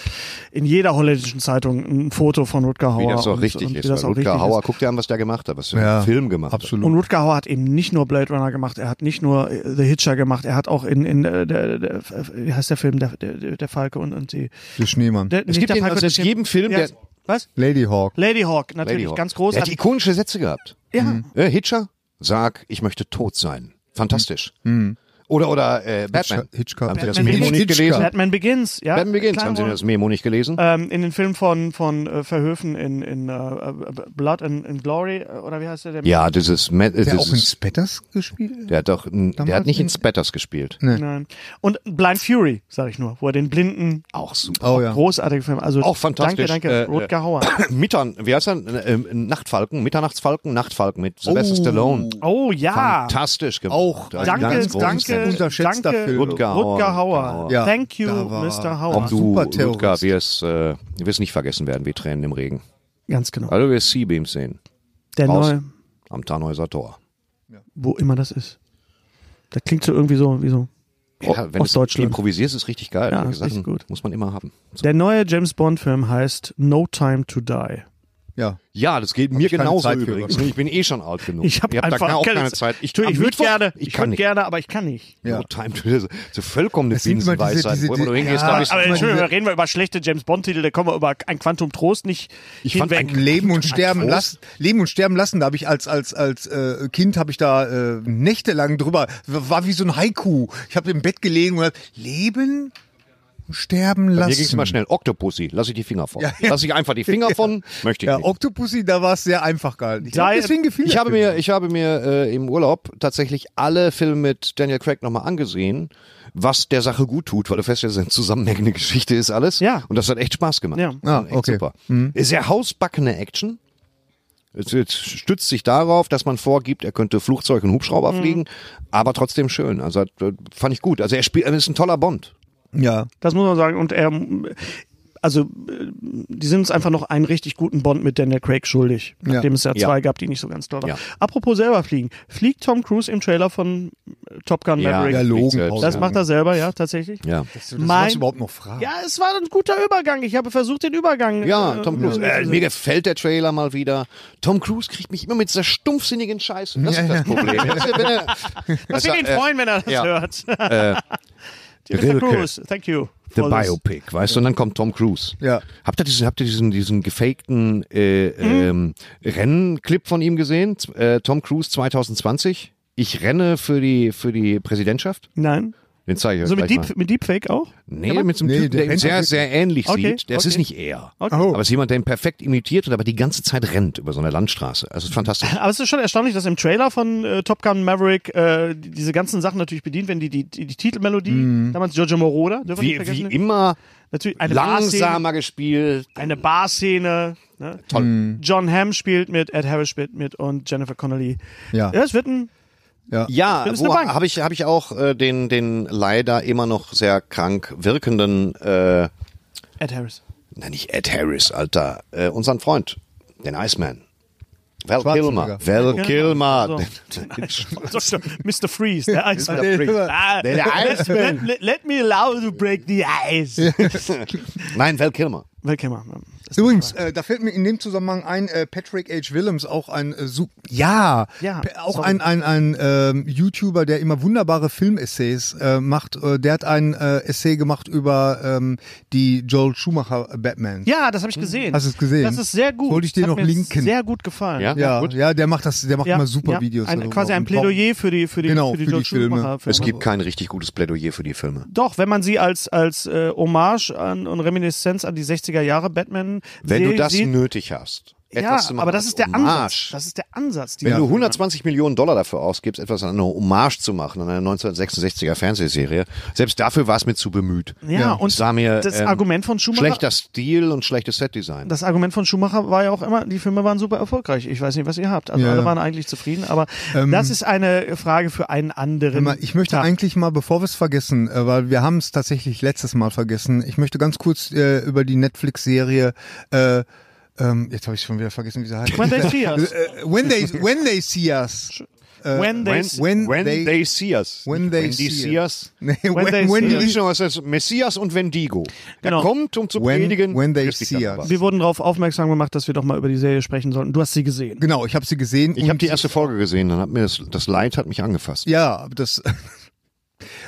in jeder holländischen Zeitung ein Foto von Rutger Hauer.
Wie das auch
und,
richtig
und wie
ist.
das
weil
auch richtig
Rutger Hauer,
ist.
guck dir an, was der gemacht hat, was er
Ja,
im Film gemacht
Absolut.
Und Rutger Hauer hat eben nicht nur Blade Runner gemacht, er hat nicht nur äh, The Hitcher gemacht, er hat auch in, in äh, der, der, wie heißt der Film, der, der, der Falke und, und die.
Der Schneemann.
Der,
Es gibt ihn also in jedem Film, der-
Was?
Lady Hawk.
Lady Hawk,
hat.
natürlich,
Lady Hawk. Er
ganz
hat
großartig.
ikonische Sätze gehabt.
Ja,
Äh, Hitcher, sag, ich möchte tot sein. Fantastisch. Oder, oder äh, Batman.
Hitchcock.
Haben Sie das
Batman
Memo nicht
Hitchcock.
gelesen?
Batman Begins, ja.
Batman Begins.
Kleiner
Haben Sie
Rolle.
das Memo nicht gelesen?
ähm, in den Film von, von äh, Verhöfen in, in äh, Blood and, and Glory, äh, oder wie heißt der? der
Ja, das ist... Ma- äh,
Der
das
auch in
ist
Spetters gespielt?
der hat doch, n- der hat
Damals
nicht in
in-
Spatters gespielt.
Nein. Und Blind Fury, sag ich nur, wo er den Blinden, auch super,
Oh ja.
großartiger Film, also
Auch fantastisch.
Danke,
Äh, äh,
danke, Rutger Hauer.
Mittern, wie heißt er? Ähm, Nachtfalken, Mitternachtsfalken, Nachtfalken mit Sylvester Stallone.
Oh ja,
Fantastisch gemacht.
Auch
Also
danke,
ganz großes
danke,
Talent.
Unterschätzter
danke,
Film.
Rutger
Rutger
Hauer.
Hauer.
Ja,
Thank you,
da war-
Mr. Hauer.
Auch du,
Superterrorist.
Rutger, wirst, äh, wirst nicht vergessen werden wie Tränen im Regen.
Ganz genau.
Also du wirst Seabeams sehen
Der
raus.
neue,
am Tarnhäuser Tor.
wo immer das ist. Das klingt so irgendwie so, wie so.
Ja, wenn
aus
du es
Deutschland.
improvisierst, ist richtig geil.
Ja,
Solche
ist richtig
Sachen
gut.
Muss man immer haben.
Der neue James Bond-Film heißt No Time to Die.
Ja.
Ja, das geht mir
ich keine
genauso
Zeit für
übrigens.
was.
Ich bin eh schon alt genug.
Ich habe
Ihr habt da
einfach
auch
keine,
keine Zeit.
Ich, tu-
Am
ich würde
Mittwoch?
gerne,
Ich
ich,
kann
würde
nicht.
gerne, aber ich kann nicht.
No time to die. So vollkommene
Es sind immer diese-
Binsenweisheit.
diese-
Wo immer du
die-
hingehst,
ja,
da bist du.
Ah, Aber
meine,
Entschuldigung,
diese-
reden wir über schlechte James Bond-Titel, da kommen wir über ein Quantum Trost nicht
Ich fand
hinweg.
ein-
Leben und sterben
Trost.
lassen. Leben und sterben lassen. Da habe ich als als als äh, Kind habe ich da äh, nächtelang drüber. War wie so ein Haiku. Ich habe im Bett gelegen und hab, Leben und sterben
Hier
lassen.
ging es mal schnell. Octopussy, lass ich die Finger von.
Ja, ja.
Lass ich einfach die Finger von, möchte ich
Ja,
nicht.
Octopussy, da war es sehr einfach gehalten. Ich glaub,
Die-
deswegen gefiel
Ich
der
habe
Film.
mir, ich habe mir äh, im Urlaub tatsächlich alle Filme mit Daniel Craig nochmal angesehen, was der Sache gut tut, weil du feststellst, eine zusammenhängende Geschichte ist alles.
Ja.
Und das hat echt Spaß gemacht.
Ja.
Ah,
echt
okay.
super. Sehr hausbackene Action. Es es stützt sich darauf, dass man vorgibt, er könnte Flugzeug und Hubschrauber
Mhm.
fliegen, aber trotzdem schön. Also äh, fand ich gut. Also er spielt, er ist ein toller Bond.
ja.
Das muss man sagen. Und er, also äh, die sind uns einfach noch einen richtig guten Bond mit Daniel Craig schuldig,
Ja.
nachdem es ja
Ja.
zwei gab, die nicht so ganz toll waren.
Ja.
Apropos selber fliegen, fliegt Tom Cruise im Trailer von äh, Top Gun Maverick?
ja, Logen.
das
ja.
macht er selber, ja, tatsächlich.
Ja.
Du das
Mein-
wolltest du überhaupt noch fragen.
Ja, es war ein guter Übergang. Ich habe versucht, den Übergang.
Ja,
äh,
Tom Cruise.
äh,
Äh, mir gefällt der Trailer mal wieder. Tom Cruise kriegt mich immer mit dieser stumpfsinnigen Scheiße. Das ist das Problem. Weißt du, wenn er-
Das wird ihn
äh,
freuen, wenn er das
ja.
hört. Mr.
Rilke.
Cruise, thank you.
The
for this.
Biopic, weißt du, und dann kommt Tom Cruise.
Ja.
Habt ihr diesen, habt ihr diesen, diesen gefakten äh, ähm, Rennclip von ihm gesehen? Z- Äh, Tom Cruise 2020. Ich renne für die, für die Präsidentschaft.
Nein.
Den zeige ich euch
So mit,
gleich
Deep, mit Deepfake auch?
mal. Nee, mit so einem
Nee, der
Typen, der ihm
rennt
sehr,
wirklich.
sehr ähnlich
Okay,
sieht. Das
okay.
ist nicht er.
Okay.
Oh.
Aber es ist jemand, der ihn perfekt imitiert und aber die ganze Zeit rennt über so eine Landstraße. Also es ist fantastisch.
Aber es ist schon erstaunlich, dass im Trailer von äh, Top Gun Maverick äh, die- diese ganzen Sachen natürlich bedient werden, die, die, die, die Titelmelodie, damals Giorgio Moroder, dürfen wir nicht
Wie, wie
vergessen.
immer
natürlich eine Barszene,
langsamer gespielt.
eine Barszene. Ne?
Toll.
John Hamm spielt mit, Ed Harris spielt mit und Jennifer Connelly.
Ja.
ja es wird ein
Ja,
Das ist
wo
eine Bank.
habe ich, hab ich auch äh, den, den leider immer noch sehr krank wirkenden, äh,
Ed Harris.
na nicht Ed Harris, Alter, äh, unseren Freund, den Iceman. Val Kilmer.
Schwarzenegger.
Val
Also.
Kilmer.
So. Dr. Mr. Freeze, der Eismann.
Der- der-
Ah,
der
let,
Eismann.
let, let, let me allow you to break the ice.
Nein, Val Kilmer.
Welcome on.
Übrigens, äh, da fällt mir in dem Zusammenhang ein, äh, Patrick H. Willems, auch ein äh, Su ja,
Ja,
Pe- auch
sorry.
ein, ein, ein ähm, YouTuber, der immer wunderbare Filmessays äh, macht. Äh, der hat ein äh, Essay gemacht über ähm, die Joel Schumacher äh, Batman.
Ja, das habe ich gesehen.
Hast du es gesehen?
Das ist sehr gut.
Wollte ich dir
Hat
noch
mir
linken.
Sehr gut gefallen.
Ja?
ja,
gut.
ja, der macht das, der macht
Ja,
immer super
ja.
Videos.
Ein,
darüber.
quasi ein
Und warum-
Plädoyer für die für die
Genau,
für die,
für die
George
Filme.
Schumacher
Es gibt kein richtig gutes Plädoyer für die Filme.
Doch, wenn man sie als als äh, Hommage an, und Reminiszenz an die 60er Jahre Batman
Wenn
sie-
du das
sieht,
nötig hast,
ja,
etwas zu machen.
aber das
als
ist der Ansatz.
Hommage.
Das ist der Ansatz.
Wenn
dieser
du
Filme.
120 Millionen Dollar dafür ausgibst, etwas an einer Hommage zu machen, an einer 1966er Fernsehserie, selbst dafür war es mir zu bemüht.
ja,
Ja,
und
Es sah mir,
das
ähm,
Argument von Schumacher
Schlechter Stil und schlechtes Setdesign.
das Argument von Schumacher war ja auch immer, die Filme waren super erfolgreich. Ich weiß nicht, was ihr habt. Also
Ja,
alle
ja.
waren eigentlich zufrieden, aber das ist eine Frage für einen anderen.
Mal, Ich möchte
Tag.
eigentlich mal, bevor wir es vergessen, äh, weil wir haben es tatsächlich letztes Mal vergessen, ich möchte ganz kurz äh, über die Netflix-Serie, äh, ähm, jetzt habe ich schon wieder vergessen, wie sie heißt.
When they see
Äh,
us.
äh, when, they, when they see us.
When they
When,
see
when,
Äh, when
they,
they-
see us.
when they
when they
see
see us.
Nee, when, when,
they see
Wir
us.
die-
wissen noch, was das ist. Messias und Wendigo.
Genau.
Er kommt, um zu
When-
predigen.
when they
Christi
see
Karneval.
us.
Wir wurden darauf aufmerksam gemacht, dass wir doch mal über die Serie sprechen sollten. Du hast sie gesehen.
Genau, ich habe sie gesehen.
Ich habe
und-
die erste Folge gesehen, dann hat mir das, das Leid hat mich angefasst.
Ja, das.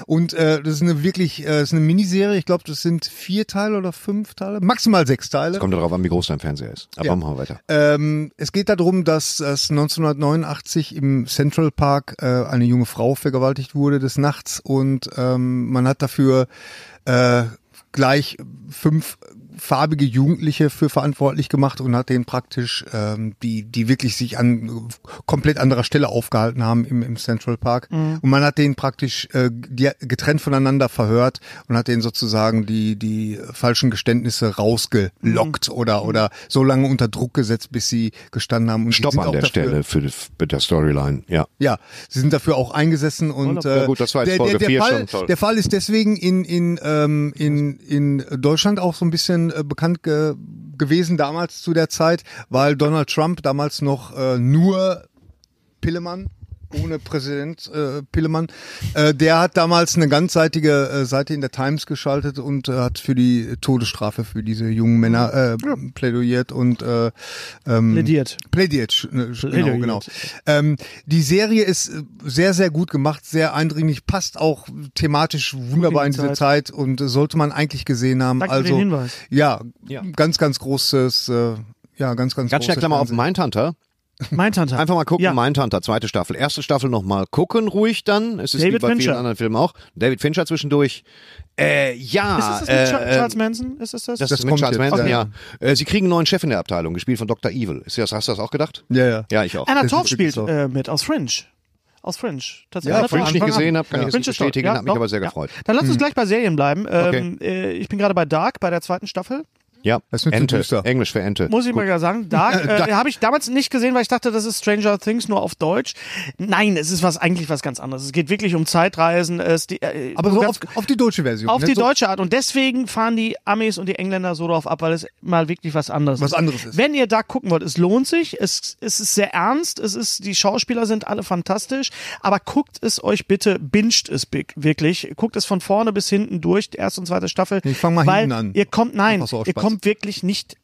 Und äh, das ist eine wirklich, äh, das ist eine Miniserie. Ich glaube, das sind vier Teile oder fünf Teile, maximal sechs Teile.
Kommt darauf an, wie groß dein Fernseher ist. Aber
Ja.
machen wir weiter.
Ähm, es geht darum, dass es 1989 im Central Park äh, eine junge Frau vergewaltigt wurde des Nachts und ähm, man hat dafür äh, gleich fünf farbige Jugendliche für verantwortlich gemacht und hat denen praktisch, ähm, die, die wirklich sich an komplett anderer Stelle aufgehalten haben im, im Central Park. Und man hat denen praktisch äh, die, getrennt voneinander verhört und hat denen sozusagen die, die falschen Geständnisse rausgelockt oder, oder so lange unter Druck gesetzt, bis sie gestanden haben. Und die
Stopp
sind
an
auch
der
dafür,
Stelle für, die- für der Storyline. Ja.
ja, sie sind dafür auch eingesessen und
Ja
äh,
gut, das war
der, der,
jetzt Folge
der,
vier
Fall,
schon, toll.
der Fall ist deswegen in, in, ähm, in, in Deutschland auch so ein bisschen äh, bekannt ge gewesen damals zu der Zeit, weil Donald Trump damals noch äh, nur Pillemann ohne Präsident äh, Pillemann, äh, der hat damals eine ganzseitige äh, Seite in der Times geschaltet und äh, hat für die Todesstrafe für diese jungen Männer äh, plädoyiert und äh, ähm,
Plädiert.
Plädiert, sch- ne, sch- genau,
Plädiert.
genau. Ähm, die Serie ist äh, sehr, sehr gut gemacht, sehr eindringlich, passt auch thematisch wunderbar
in
in
die
diese Zeit und äh, sollte man eigentlich gesehen haben.
Danke für
also
den Hinweis.
Ja,
Ja.
ganz, ganz großes, äh, ja, ganz, ganz,
Ganz schnell
großes
Klammer auf
Fernsehen.
Mindhunter.
Mein Tante.
Einfach mal gucken,
Ja.
Mindhunter, zweite Staffel. Erste Staffel nochmal gucken, ruhig dann. Es ist wie
David
bei vielen
Fincher.
anderen Filmen auch. David Fincher zwischendurch. Äh, ja.
Ist das das mit
äh,
Char-
äh,
Charles Manson? Ist das das?
Das, ist
Das
mit
kommt
Charles
jetzt,
Manson, ja.
ja.
Äh, Sie kriegen einen neuen Chef in der Abteilung, gespielt von Dr. Evil. Ist das, hast du das auch gedacht?
Ja, ja.
Ja, ich auch.
Anna
Das
Torf
ist wirklich
spielt
so.
äh, mit aus Fringe. Aus Fringe. Tatsächlich.
Ja,
Anna
Fringe
Torf.
nicht
Anfang an.
gesehen, hab, kann ich jetzt
Fringe
nicht
ist toll.
bestätigen,
Ja,
hat mich
doch.
aber sehr
Ja.
gefreut. Hm.
Dann lass uns gleich bei Serien bleiben. Ähm, äh, ich bin gerade bei Dark, bei der zweiten Staffel.
Ja,
Das ist mir zu
Ente.
düster.
Englisch für Ente.
Muss ich mal ja sagen, Dark, äh,
Dark.
habe ich damals nicht gesehen, weil ich dachte, das ist Stranger Things nur auf Deutsch. Nein, es ist was eigentlich was ganz anderes. Es geht wirklich um Zeitreisen. Es, die, äh,
Aber so
ganz-
auf, auf die deutsche Version.
auf
ne?
die
so,
deutsche Art. Und deswegen fahren die Amis und die Engländer so drauf ab, weil es mal wirklich was anderes
Was
ist.
anderes ist.
Wenn ihr da gucken wollt, es lohnt sich. Es, es ist sehr ernst. Es ist, die Schauspieler sind alle fantastisch. Aber guckt es euch bitte, binget es bi- wirklich. Guckt es von vorne bis hinten durch, die erste und zweite Staffel.
Ich fang mal
weil
hinten an.
Ihr kommt, nein,
Macht's auch
ihr
Spaß.
kommt wirklich nicht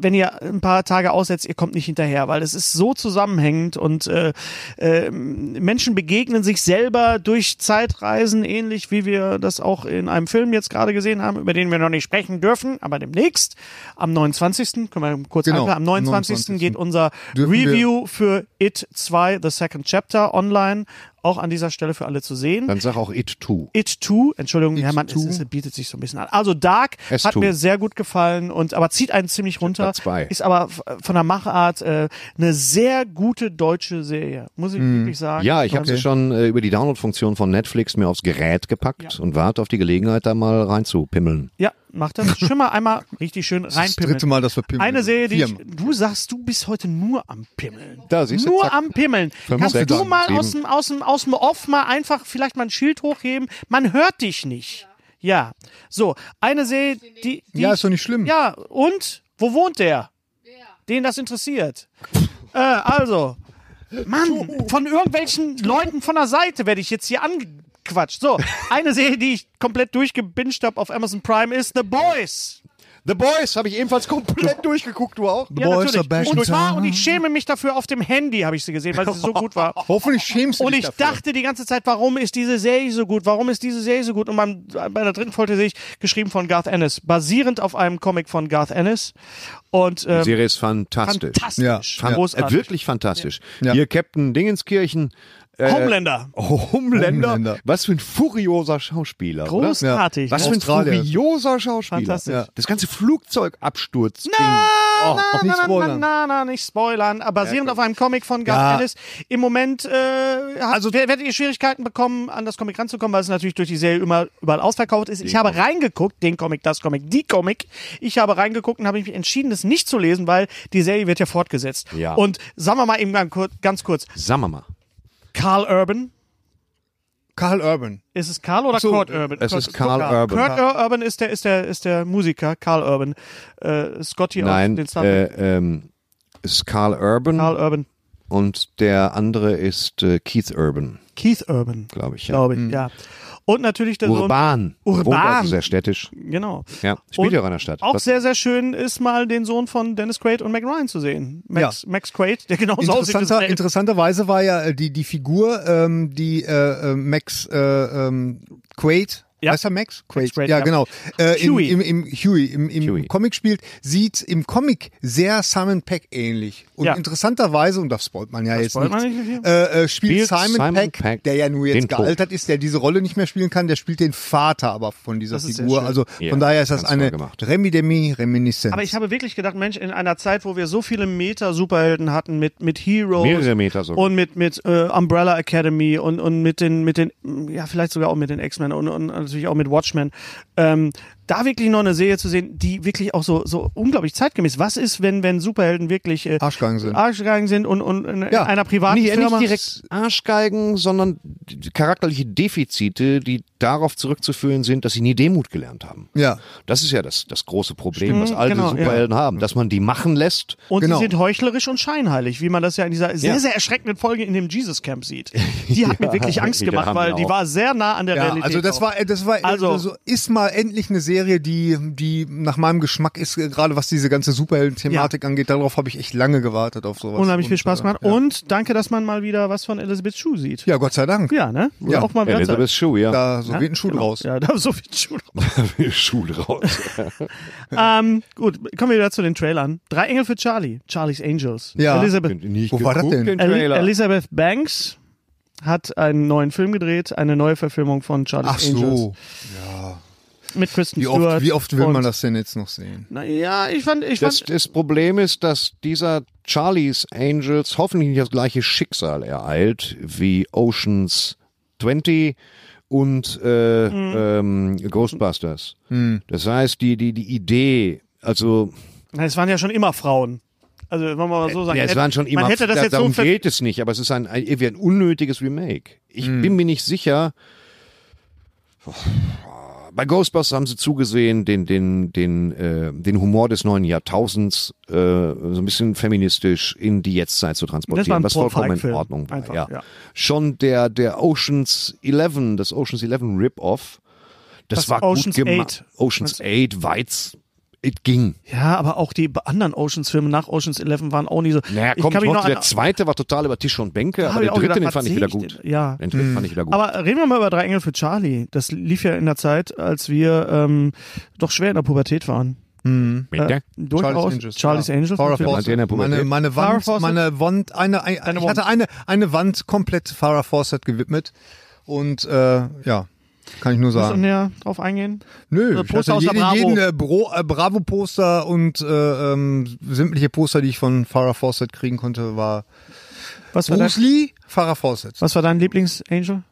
wenn ihr ein paar Tage aussetzt, ihr kommt nicht hinterher, weil es ist so zusammenhängend und äh, äh, Menschen begegnen sich selber durch Zeitreisen, ähnlich wie wir das auch in einem Film jetzt gerade gesehen haben, über den wir noch nicht sprechen dürfen, aber demnächst, am 29., können wir kurz
Genau,
einplanen, am 29.
29..
geht unser
Dürfen wir-
Review für It 2, The Second Chapter, online, auch an dieser Stelle für alle zu sehen.
Dann sag auch It Too.
It Too, Entschuldigung,
It
Hermann, es,
Too.
es bietet sich so ein bisschen an. Also Dark
Es
hat
Too.
mir sehr gut gefallen und aber zieht einen ziemlich runter.
Chapter zwei.
Ist aber f- von der Machart äh, eine sehr gute deutsche Serie, muss ich wirklich sagen.
Hm. Ja, ich habe sie schon äh, über die Download-Funktion von Netflix mir aufs Gerät gepackt und warte auf die Gelegenheit, da mal reinzupimmeln.
Ja, mach das. Schön mal einmal richtig schön
das
reinpimmeln.
dritte Mal, dass wir pimmeln.
Eine Serie, die ich,
Viermal.
du sagst, du bist heute nur am Pimmeln.
Da siehst du,
Nur
zack.
am Pimmeln.
Fünf,
Kannst
sechs,
du mal
sieben.
aus dem, aus, dem, aus dem Off mal einfach vielleicht mal ein Schild hochheben? Man hört dich nicht. Ja. So, eine Serie, die. die
Ja, ist doch nicht schlimm.
Ja, und? Wo wohnt der? Den das interessiert. äh, also. Mann, von irgendwelchen Leuten von der Seite werde ich jetzt hier angequatscht. So, eine Serie, die ich komplett durchgebinged habe auf Amazon Prime ist The Boys.
The Boys habe ich ebenfalls komplett durchgeguckt, du auch?
Ja,
Boys are back
natürlich.
in
Und, zwar,
town.
und ich schäme mich dafür, auf dem Handy habe ich sie gesehen, weil sie so gut war.
Hoffentlich schämst du
Und
dich
ich
dafür.
dachte die ganze Zeit, warum ist diese Serie so gut? Warum ist diese Serie so gut? Und beim, bei der dritten Folge sehe ich, geschrieben von Garth Ennis, basierend auf einem Comic von Garth Ennis. Und
Die
ähm,
Serie ist fantastisch.
fantastisch.
Ja, ja.
Äh,
Großartig.
wirklich fantastisch.
Ja.
Hier Captain Dingenskirchen. Äh,
Homelander.
Homelander.
Homelander.
Was für ein furioser Schauspieler. Oder?
Großartig.
Was für ein
Australier.
furioser Schauspieler.
Fantastisch.
Ja. Das ganze Oh, Flugzeugabsturz.
Nicht
Na, na,
spoilern.
na, na, nicht spoilern. Aber basierend auf einem Comic von Garth
Ja.
Ennis. Im Moment äh, also, werdet ihr Schwierigkeiten bekommen, an das Comic ranzukommen, weil es natürlich durch die Serie immer überall ausverkauft ist.
Genau.
Ich habe reingeguckt, den Comic, das Comic, die Comic. Ich habe reingeguckt und habe mich entschieden, das nicht zu lesen, weil die Serie wird ja fortgesetzt.
Ja.
Und sagen wir mal eben ganz kur- ganz kurz,
Sagen wir mal.
Carl Urban.
Karl Urban.
Ist es Carl oder
so,
Kurt Urban?
Es
Kurt-
ist Karl Urban.
Kurt Urban ist der, ist der, ist der Musiker, Carl Urban. Äh, Scotty aus
Nein,
den Star
äh, ähm, es ist Carl Urban
Carl Urban.
und der andere ist äh, Keith Urban,
Keith Urban.
glaube ich. Ja. Mhm.
glaube ich, ja. Und natürlich der
Urban.
Urban.
Wohnt also sehr städtisch.
Sohn, genau.
Ja, spielt
Und
ja auch in der Stadt.
Auch
Was-
sehr, sehr schön ist mal den Sohn von Dennis Quaid und Mac Ryan zu sehen. Max, Max Quaid, der genauso aussieht. wie
Interessanter,
Snape.
interessanterweise war ja äh, die, die Figur, ähm, die äh, äh, Max äh, ähm, Quaid,
Ja.
heißt er Max? Quaid.
Quaid,
ja,
ja.
genau. Äh, im,
Huey.
im, im, Huey, im, im
Huey.
Comic spielt, sieht im Comic sehr Simon Peck ähnlich. Und
Ja.
interessanterweise, und das spoilt man ja jetzt
spoilt
nicht,
man nicht so viel.
äh, äh, spielt,
Spielt
Simon,
Simon
Peck,
Pegg
der ja nur
den
jetzt
Tod.
gealtert ist, der diese Rolle nicht mehr spielen kann, der spielt den Vater aber von dieser
Das ist sehr
Figur.
schön.
Also
Ja,
von daher ist das
ganz toll
eine
gemacht.
Remi-Demi-Reminiszenz.
Aber ich habe wirklich gedacht, Mensch, in einer Zeit, wo wir so viele Meta-Superhelden hatten mit, mit Heroes
Mehrere Meter sogar.
und mit, mit äh, Umbrella Academy und, und mit den, mit den, ja, vielleicht sogar auch mit den X-Men und, und natürlich auch mit Watchmen, ähm, da wirklich noch eine Serie zu sehen, die wirklich auch so, so unglaublich zeitgemäß. Was ist, wenn, wenn Superhelden wirklich äh,
Arschgang sind.
Arschgeigen sind und, und in
Ja.
einer privaten
nicht,
Firma?
nicht direkt Arschgeigen, sondern die charakterliche Defizite, die darauf zurückzuführen sind, dass sie nie Demut gelernt haben.
ja.
Das ist ja das, das große Problem, was alte
genau,
Superhelden haben, dass man die machen lässt.
Und
Genau.
sie sind heuchlerisch und scheinheilig, wie man das ja in dieser sehr,
Ja.
sehr erschreckenden Folge in dem Jesus Camp sieht. Die hat mir wirklich Angst
die da
gemacht,
haben
weil
wir
die
auch.
war sehr nah an der
Ja,
Realität.
also das
auch.
war, äh, das war,
Also-
also, also ist mal endlich eine Serie, die, die nach meinem Geschmack ist, äh, gerade was diese ganze Superhelden-Thematik angeht. Darauf habe ich echt lange gewartet auf sowas.
Unheimlich viel
Und,
Spaß
äh,
gemacht.
Ja.
Und danke, dass man mal wieder was von Elizabeth Shue sieht.
ja, Gott sei Dank.
Ja, ne?
Ja.
Auch mal wert sein.
Elizabeth Shue, ja.
Da so geht ein Schuh
Genau.
draus.
Ja, da so viel Schuh draus.
Schule raus.
ähm, gut, kommen wir wieder zu den Trailern. Drei Engel für Charlie. Charlie's Angels.
Ja.
Elisabeth,
Nicht
Wo war das
geguckt,
denn?
den
Eli
Trailer.
Elizabeth Banks hat einen neuen Film gedreht, eine neue Verfilmung von Charlie's
Ach
Angels.
so.
Mit Kristen
Wie
Stewart.
oft, wie oft will
und-
man das denn jetzt noch sehen?
Na, ja, ich fand, ich
Das,
fand,
das Problem ist, dass dieser Charlie's Angels hoffentlich nicht das gleiche Schicksal ereilt wie Oceans 20
Mhm.
und äh, ähm, Ghostbusters. Das heißt, die, die, die Idee Also,
Nein, es waren ja schon immer Frauen. Also, wenn man mal so sagen
ja, es
hätte-
waren schon immer
Man hätte das
da,
jetzt so
darum
ver-
geht es nicht, aber es ist ein, ein, irgendwie ein unnötiges Remake. Ich
Hm.
bin mir nicht sicher. Bei Ghostbusters haben sie zugesehen, den, den, den, äh, den Humor des neuen Jahrtausends äh, so ein bisschen feministisch in die Jetztzeit zu
Das war
transportieren,
ein
was vollkommen in
Feigfilm.
Ordnung war.
Einfach,
ja.
ja.
Schon der, der Oceans 11, das Oceans 11 Rip-Off, das,
Das
war
Ocean's
gut gemacht.
8.
Oceans 8, Weiz, it ging.
Ja, aber auch die anderen Oceans-Filme nach Oceans 11 waren auch nie so.
Naja,
Ich
komm,
kann mich
trotzdem,
noch an-
der zweite war total über Tisch und Bänke,
hab
aber
ich
der
auch
dritte,
gedacht,
den
was
fand ich
seh
wieder
ich
gut.
denn? Ja. Mhm.
Den dritten fand ich
Oh.
wieder gut.
Aber reden wir mal über Drei Engel für Charlie. Das lief ja in der Zeit, als wir ähm, doch schwer in der Pubertät waren.
Bitte?
äh, Durchaus.
Angels,
Charlie's
ja.
Angels.
Farrah
natürlich.
Fawcett.
Fawcett.
Meint ihr in der Pubertät?
Meine, meine
Farrah
Wand,
Fawcett?
meine Wand, eine, ein, ich
Wand.
hatte eine, eine Wand komplett Farah Fawcett gewidmet und äh, ja, kann ich nur
Willst du
sagen.
näher drauf eingehen?
Nö,
Äh,
ich
Poster
hatte
aus der
jeden,
Bravo.
jeden äh, Bro- äh, Bravo-Poster und äh, ähm, sämtliche Poster, die ich von Farah Fawcett kriegen konnte, war
Was war, dein,
Bruce Lee, Farah Fawcett.
was war dein Lieblings-Angel?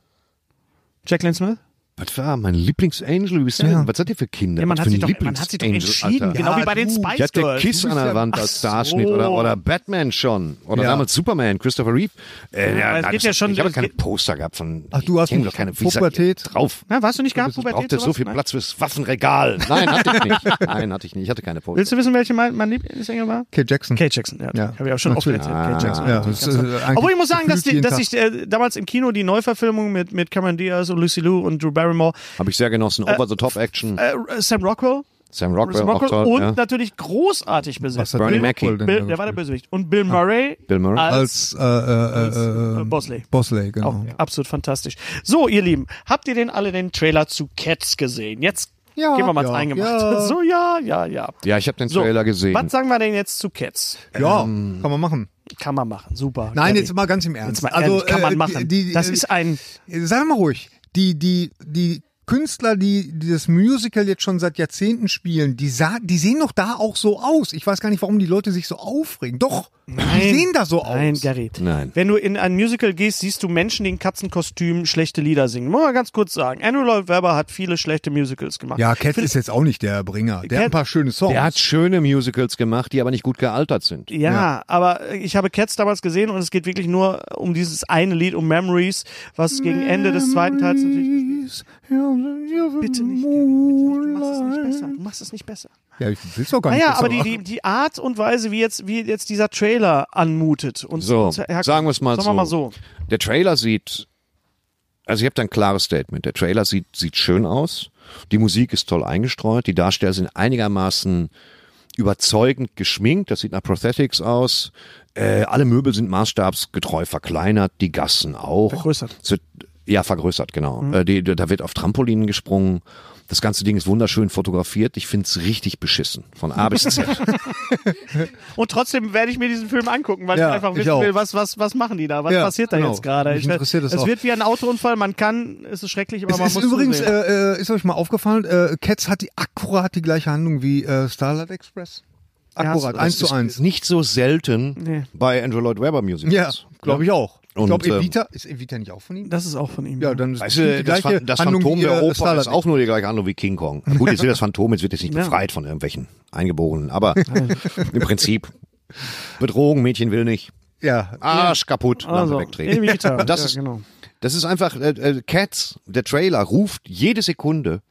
Jacqueline Smith?
Was war mein Lieblingsangel? Wie bist du denn? Was seid ihr für Kinder?
Ja, man
Was
hat
für
sich
ein
doch- man hat sich doch entschieden,
Alter?
genau
Ja,
wie bei den
du,
Spice
Ich hatte
Girls. ne?
Kiss an der Wand als Starschnitt oder, oder Batman schon. Oder
Ja.
damals Superman, Christopher Reeve. Äh,
aber
ja, nein,
es geht
das-
ja schon-
ich habe
es
keine
geht-
Poster gehabt von.
Ach, du hast
ich kenn
nicht
doch keine wie seid ihr
Pubertät?
drauf.
Na, warst du nicht gar
Ich
Pubertät?
brauchte so
sowas?
viel
Nein.
Platz fürs Waffenregal. Nein, hatte ich nicht. Nein, hatte ich nicht. Ich hatte keine Poster.
Willst du wissen, welche mein, mein Lieblingsengel war?
Kate Jackson.
Kate Jackson, ja.
Ja.
Habe ich auch schon oft
Natürlich. Ah,
erzählt. Kate Jackson.
ja, das ist, äh, eigentlich
Obwohl ich muss sagen, dass, die,
gefühlt
dass
jeden
ich äh, damals im Kino die Neuverfilmung mit, mit Cameron Diaz und Lucy Liu und Drew Barrymore,
Habe ich sehr genossen. Over-the-Top-Action.
äh, Sam Rockwell,
Sam Rockwell,
Sam
auch
Rockwell
toll.
und
ja.
natürlich großartig besetzt.
hat
Bernie
Bill
Mackie.
Rockwell denn
Bill,
da
der war
gespielt?
der
Ah,
Bösewicht. Und Bill Murray,
Bill Murray.
Als
als,
äh, äh, äh,
äh,
äh,
Bosley.
Bosley, genau.
Auch absolut fantastisch. So, ihr Lieben, habt ihr denn alle den Trailer zu Cats gesehen? Jetzt
Ja.
gehen wir mal ins
Ja.
Eingemachte.
Ja.
So, ja, ja, ja.
Ja, ich habe den
So,
Trailer gesehen.
Was sagen wir denn jetzt zu Cats?
Ja, kann man machen.
Kann man machen, super.
Nein,
Gabby.
jetzt mal ganz im Ernst.
Jetzt mal ehrlich, kann man
äh,
machen.
Die, die,
das ist ein
äh, Sei mal ruhig. Die, die, die Künstler, die, die das Musical jetzt schon seit Jahrzehnten spielen, die, sah, die sehen doch da auch so aus. Ich weiß gar nicht, warum die Leute sich so aufregen. Doch, die sehen da so aus.
Nein, Gerrit.
Nein.
Wenn du in ein Musical gehst, siehst du Menschen, die in Katzenkostümen schlechte Lieder singen. Muss man ganz kurz sagen. Andrew Lloyd Webber hat viele schlechte Musicals gemacht.
ja, Cat ist jetzt auch nicht der Bringer. Der hat ein paar schöne Songs.
Der hat schöne Musicals gemacht, die aber nicht gut gealtert sind.
Ja, aber ich habe Cats damals gesehen und es geht wirklich nur um dieses eine Lied, um Memories, was gegen Ende des zweiten Teils natürlich. Bitte nicht. Gerrit, bitte nicht. Du machst es nicht besser. Du machst es nicht besser.
Ja, ich will's doch gar nicht.
Naja,
besser
aber die,
machen.
die, die Art und Weise, wie jetzt, wie jetzt dieser Trailer anmutet und
So,
und herkommt.
sagen wir es mal,
sagen wir mal so.
Der Trailer sieht, also ich habe da ein klares Statement. Der Trailer sieht, sieht schön aus, die Musik ist toll eingestreut, die Darsteller sind einigermaßen überzeugend geschminkt, das sieht nach Prosthetics aus. Äh, alle Möbel sind maßstabsgetreu verkleinert, die Gassen auch.
Vergrößert. Mhm.
Es wird, ja, vergrößert, genau. Äh, die, da wird auf Trampolinen gesprungen. Das ganze Ding ist wunderschön fotografiert. Ich find's richtig beschissen. Von A bis Z.
Und trotzdem werde ich mir diesen Film angucken, weil
Ja,
ich einfach
ich
wissen
auch.
will, was, was, was machen die da? Was
Ja,
passiert da
genau.
jetzt gerade?
Mich
Ich-
interessiert das
es
auch.
wird wie ein Autounfall, man kann, es ist schrecklich, aber man
Es ist
muss
übrigens,
zusehen.
äh, äh, ist euch mal aufgefallen, äh, Cats hat die akkurat die gleiche Handlung wie äh, Starlight Express. Akkurat,
das
eins
Das
zu eins.
Ist nicht so selten
Nee.
bei Andrew Lloyd Webber Musicals.
Ja, glaube ich auch.
Und,
ich glaube,
ähm,
Evita, ist Evita nicht auch von ihm?
das ist auch von ihm.
Ja, dann ist
Weißt du,
die
das,
gleiche
Phan- das
Handlung
Phantom
wie,
der
äh,
Oper
Starlight
ist auch nur die gleiche Handlung wie King Kong. Gut, jetzt will das Phantom, jetzt wird es nicht
Ja.
befreit von irgendwelchen Eingeborenen, aber im Prinzip Bedrohung, Mädchen will nicht.
Ja, ah,
Arsch kaputt, Lampe
also,
wegtreten.
Evita.
Das
ja,
ist-
genau.
Das ist einfach, äh, äh, Cats, der Trailer ruft jede Sekunde.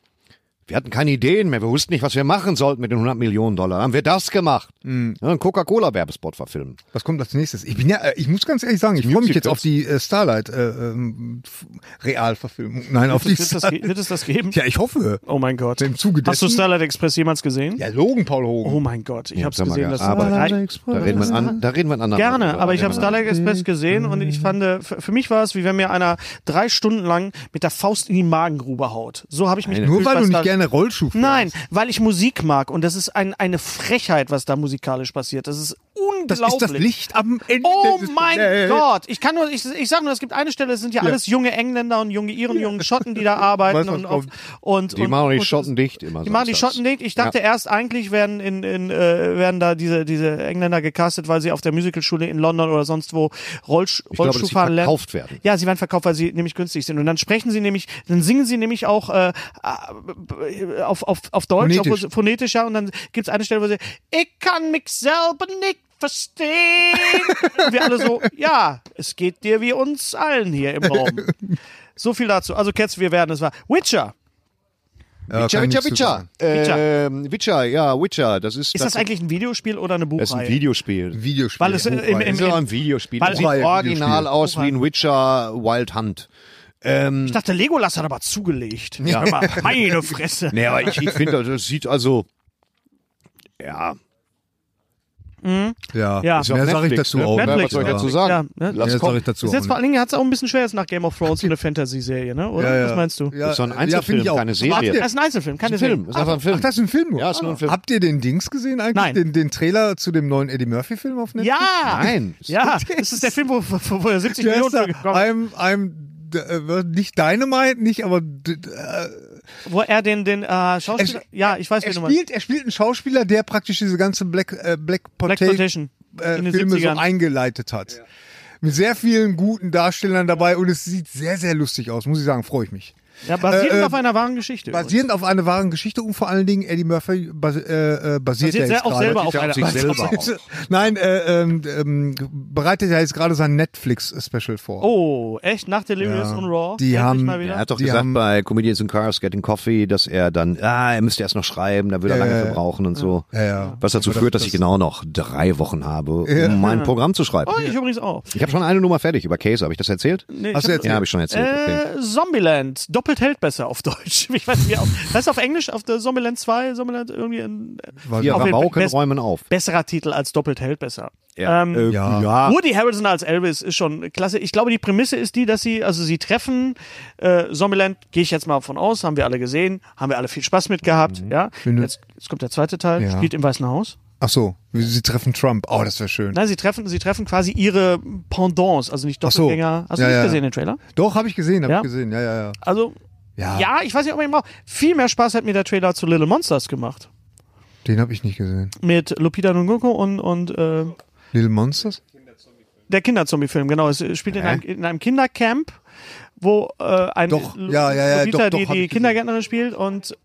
Wir hatten keine Ideen mehr, wir wussten nicht, was wir machen sollten mit den 100 Millionen Dollar. Dann haben wir das gemacht.
Mhm.
Ja, einen Coca-Cola-Werbespot verfilmen.
was kommt als nächstes? Ich bin ja, äh, ich muss ganz ehrlich sagen, ich freue mich jetzt
Musicals.
auf die äh, Starlight äh, ähm, F- Realverfilmung. Nein, auf die
Wird, es das,
Starlight.
ge- wird es das geben?
Ja, ich hoffe.
Oh mein Gott.
Im Zuge
Hast du
dessen-
Starlight Express jemals gesehen?
Ja, Logan Paul
Oh
Hogan.
mein Gott, ich hab's
Sag mal,
gesehen. Das
aber
war drei-
da reden wir an, da reden wir an
Gerne, aber ich habe Starlight Express gesehen und ich fand, äh, für für mich war es, wie wenn mir einer drei Stunden lang mit der Faust in die Magengrube haut. So habe ich mich
Nur
gefühlt
weil
bei
du nicht
Star-
gerne Rollschuh fährst.
Nein, weil ich Musik mag und das ist ein, eine Frechheit, was da musikalisch passiert. Das ist
Das ist das
unglaublich.
Licht am Ende
Oh
des
mein
Tunnels.
Gott! Ich kann nur, ich, ich sag nur, es gibt eine Stelle, es sind ja, alles junge Engländer und junge Iren, junge Schotten, die da arbeiten
Weiß, was
und,
kommt.
und
Die
und,
machen die
und-
Schotten dicht immer
Die machen die
samstags.
Schotten dicht. Ich dachte erst eigentlich werden in, in äh, werden da diese diese Engländer gecastet, weil sie auf der Musicalschule in London oder sonst wo Rollsch
Ich glaube, dass sie
Rollschuhfahren lernen.
verkauft werden.
Ja, sie werden verkauft, weil sie nämlich günstig sind. Und dann sprechen sie nämlich, dann singen sie nämlich auch äh, äh, auf, auf, auf Deutsch,
Phonetisch.
obwohl sie- phonetisch ja. Und dann gibt's eine Stelle, wo sie, ich kann mich selber nicht verstehen. Und wir alle so, ja, es geht dir wie uns allen hier im Raum. So viel dazu. Also, Cats, wir werden es war. Witcher.
Ja,
Witcher,
kann ich
Witcher,
nichts zu
Witcher.
sagen.
Witcher.
Ähm, Witcher, ja, Witcher. Das ist,
Ist das eigentlich ein Videospiel oder eine Buchreihe?
das ist ein Videospiel.
Videospiel.
Weil es im-
Hochreise.
im-
Das ist aber ein Videospiel.
Weil-
Das sieht
Hochreihe-
original
Videospiel.
aus wie ein Witcher Wild Hunt.
Ich dachte, Legolas hat aber zugelegt. Ja. Mal, meine Fresse.
Nee, aber ich, ich finde, das sieht also. Ja,
Ja,
Ja.
ja.
Ist
mehr sage ich dazu
ne?
auch
Netflix,
nicht.
was soll ich
Ja.
dazu sagen?
Ja, ne?
Lass
Mehr sage
kommen.
ich dazu
Ist
auch
jetzt
nicht.
vor allen Dingen hat's auch ein bisschen schwer jetzt nach Game of Thrones so eine Fantasy-Serie, ne? Oder?
Ja, ja.
Was meinst du?
Ja,
Ist so ein
ja,
Einzelfilm,
finde ich auch.
keine Serie.
Das ist ein Einzelfilm, keine
Ein Film.
Serie. Ah,
Ist einfach ein Film.
Ach, das ist ein Film nur.
Ja, ist nur ein Film.
Habt ihr den Dings gesehen eigentlich?
Nein.
Den, den Trailer zu dem neuen Eddie Murphy-Film auf Netflix?
Ja!
Nein.
Ja, das ist der Film, wo, wo, wo er 70
Der
Millionen
ist da,
für gekommen hat,
I'm, I'm, d- äh, nicht Dynamite, nicht, aber d- d-
wo er den, den äh, Schauspieler.
Er-
ja, ich weiß,
er
wen du meinst.
spielt, er spielt einen Schauspieler, der praktisch diese ganze Black, äh, Black
Black Plantation. in den
äh, Filme so
70ern.
eingeleitet hat. Mit sehr vielen guten Darstellern dabei und es sieht sehr, sehr lustig aus, muss ich sagen, freue ich mich.
ja, basierend
äh,
auf einer wahren Geschichte.
Basierend auf einer wahren Geschichte und vor allen Dingen Eddie Murphy bas äh, äh, basiert ja
Basiert
jetzt
auch
gerade.
selber
Sieht
auf
ja
einer.
auf sich selber aus.
Nein, äh, ähm, ähm, bereitet ja jetzt gerade sein Netflix-Special vor.
Oh, echt? Nach Delirious und Raw?
Die
Endlich
haben-
mal wieder?
Er hat doch
Die
gesagt
haben-
bei Comedians in Cars Getting Coffee, dass er dann, ah, er müsste erst noch schreiben, da würde er lange für brauchen und so.
ja.
Was dazu führt, dass ich genau noch drei Wochen habe, um mein Programm zu schreiben.
Oh, ich übrigens auch.
Ich habe schon eine Nummer fertig über Käse, habe ich das erzählt?
Nee,
Hast
ich
du
hab-
jetzt
Ja, habe ich schon erzählt. Okay.
Äh, Zombieland. Doppelt hält besser auf Deutsch. Ich weiß nicht, wie auf, das ist auf Englisch, auf der Zombieland 2, Zombieland irgendwie ein
Wir
auf jeden Fall
Rabauken
best-
räumen auf.
besserer Titel als Doppelt hält besser.
Ja.
Ähm,
Äh,
Ja.
Woody Harrelson als Elvis ist schon klasse. Ich glaube, die Prämisse ist die, dass sie, also sie treffen, äh, Zombieland, gehe ich jetzt mal von aus, haben wir alle gesehen, haben wir alle viel Spaß mit gehabt, ja.
Finde-
Jetzt, jetzt kommt der zweite Teil,
Mhm. Ja.
spielt im Weißen Haus.
Ach so, wie- sie treffen Trump. Oh, das wäre schön.
Nein, sie treffen, sie treffen quasi ihre Pendants, also nicht
so.
Doppelgänger. Hast du
Ja,
nicht
ja.
gesehen, den Trailer?
Doch, habe ich gesehen, habe
Ja.
ich gesehen. Ja, ja, ja.
Also,
Ja,
ja, ich weiß nicht, ob man ihn braucht. Viel mehr Spaß hat mir der Trailer zu Little Monsters gemacht.
den habe ich nicht gesehen.
Mit Lupita Nyong'o und, und äh,
Little Monsters?
der Kinderzombie-Film, genau. Es äh, spielt in einem, in einem Kindercamp, wo äh, ein
Doch,
Lu-
ja, ja, ja,
Lupita
doch, doch,
die,
hab
die
ich
Kindergärtnerin spielt und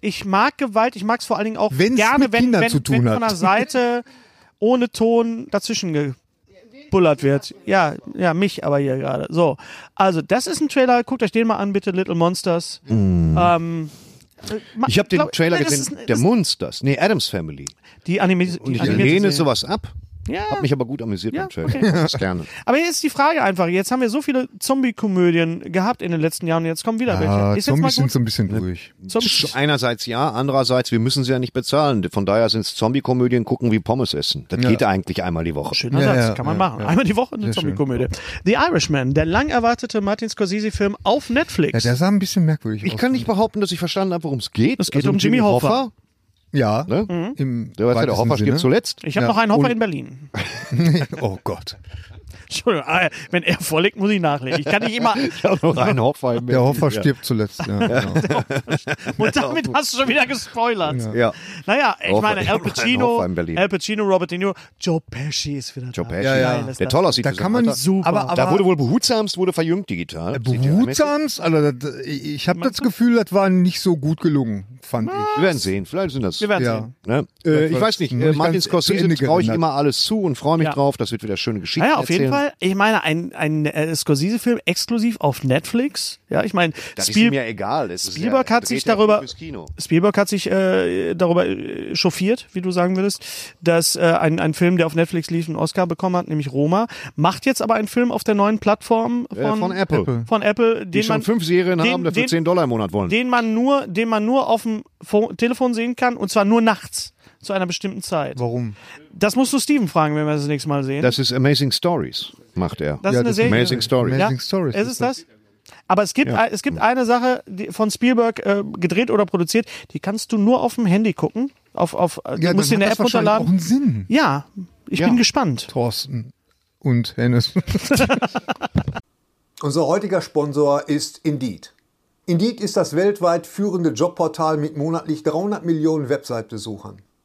ich mag Gewalt, ich mag es vor allen Dingen auch
Wenn's
gerne,
mit
wenn,
Kindern
wenn,
zu tun
wenn
hat.
von der Seite ohne Ton dazwischen gebullert wird. Ja, ja, mich aber hier gerade. So, also das ist ein Trailer, guckt euch den mal an, bitte, Little Monsters.
Mm.
Ähm, äh, ma-
Ich habe den
glaub-
Trailer
nee, das
gesehen,
ist-
der
das-
Monsters, nee, Adams Family.
Die animierte
Und ich
die animierte
lehne
Serie.
sowas ab.
Ja.
Hab mich aber gut amüsiert
Ja,
beim Trailer.
okay.
Das gerne.
Aber jetzt ist die Frage einfach, jetzt haben wir so viele Zombie-Komödien gehabt in den letzten Jahren, jetzt kommen wieder welche.
Ah,
Ist jetzt mal
Zombies sind
gut.
so ein bisschen
Ne.
durch.
Zombies-
Einerseits ja, andererseits, wir müssen sie ja nicht bezahlen. Von daher sind es Zombie-Komödien, gucken wie Pommes essen. Das geht eigentlich einmal die Woche.
Schöner
Ja,
Satz,
ja,
kann man
ja,
machen. Einmal die Woche eine Zombie-Komödie. The Irishman, der lang erwartete Martin Scorsese-Film auf
Ja,
Netflix.
der sah ein bisschen merkwürdig aus. ne?
Ich kann nicht behaupten, dass ich verstanden habe, worum es geht. Also
Es geht um Jimmy Hoffa.
Ja,
Ne?
Mhm.
im
Der, weiß ja, der
weitesten
Hoffa stirbt
Sinne.
zuletzt.
ich habe
Ja,
noch einen Hoffer
und-
in Berlin.
Oh Gott.
Entschuldigung, ah, wenn er vorlegt, muss ich nachlegen. Ich kann nicht immer.
Ja, nur rein Hoffa. im
Der Hoffa
Ja.
stirbt zuletzt. Ja, genau.
Und damit hast du schon wieder gespoilert.
Ja.
Naja, ich
Hoffer-
meine, Al
ich meine,
Pacino,
Hoffer in Berlin.
Al Pacino, Robert De Niro, Joe Pesci ist wieder da.
Joe Pesci.
Ja, ja.
Geil ist
Der
das.
toll aussieht.
Da
für
kann
sein
man
Alter.
so, aber, aber
da wurde wohl behutsamst, wurde verjüngt digital.
behutsamst, also, das- ich habe das Gefühl, das war nicht so gut gelungen, fand ich.
Wir werden sehen. Vielleicht sind das.
Wir werden
Ja.
sehen.
Ne? Äh, ich
war
weiß nicht.
noch
Äh,
nicht
Martin
ganz zu
Scorsese
Ende
traue ich
gerendert.
immer alles zu und freue mich
Ja.
drauf. Das wird wieder schöne Geschichten
Ja, auf
erzählen.
jeden Fall. Ich meine, ein, ein äh, Scorsese-Film exklusiv auf Netflix. Ja, ich meine,
Das
Spiel-
ist mir egal. Es ist
Spielberg
ja-
hat
dreht
sich
ja
darüber-
Fürs Kino.
Spielberg hat sich äh, darüber äh, chauffiert, wie du sagen würdest, dass äh, ein, ein Film, der auf Netflix lief, einen Oscar bekommen hat, nämlich Roma, macht jetzt aber einen Film auf der neuen Plattform
Äh,
von,
von Apple.
von Apple,
Die
den
schon
man,
fünf Serien
den-
haben, dafür
den-
10 Dollar im Monat wollen.
den man nur, den man nur auf dem Fo Telefon sehen kann und zwar nur nachts zu einer bestimmten Zeit.
Warum?
Das musst du Steven fragen, wenn wir das, das nächste Mal sehen.
Das ist Amazing Stories, macht er.
Das
Ja,
ist eine
das ist
Serie.
Amazing Stories.
Ja,
Amazing Stories
Es
ist
ist das. Aber es gibt, es gibt eine Sache die von Spielberg äh, gedreht oder produziert, die kannst du nur auf dem Handy gucken. Auf, auf, äh, du
Ja,
musst dir
dann
eine
hat
App
das wahrscheinlich auch
runterladen.
einen Sinn.
Ja, Ich
Ja.
bin gespannt.
Thorsten und Hennes.
Unser heutiger Sponsor ist Indeed. Indeed ist das weltweit führende Jobportal mit monatlich 300 Millionen Website-Besuchern.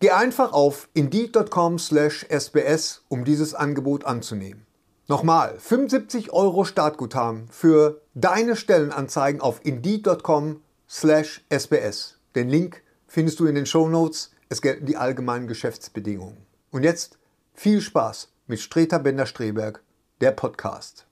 Geh einfach auf indeed.com/sbs, um dieses Angebot anzunehmen. Nochmal, 75 Euro Startguthaben für deine Stellenanzeigen auf indeed.com/sbs. Den Link findest du in den Shownotes. Es gelten die allgemeinen Geschäftsbedingungen. Und jetzt viel Spaß mit Streter Bender-Streberg, der Podcast.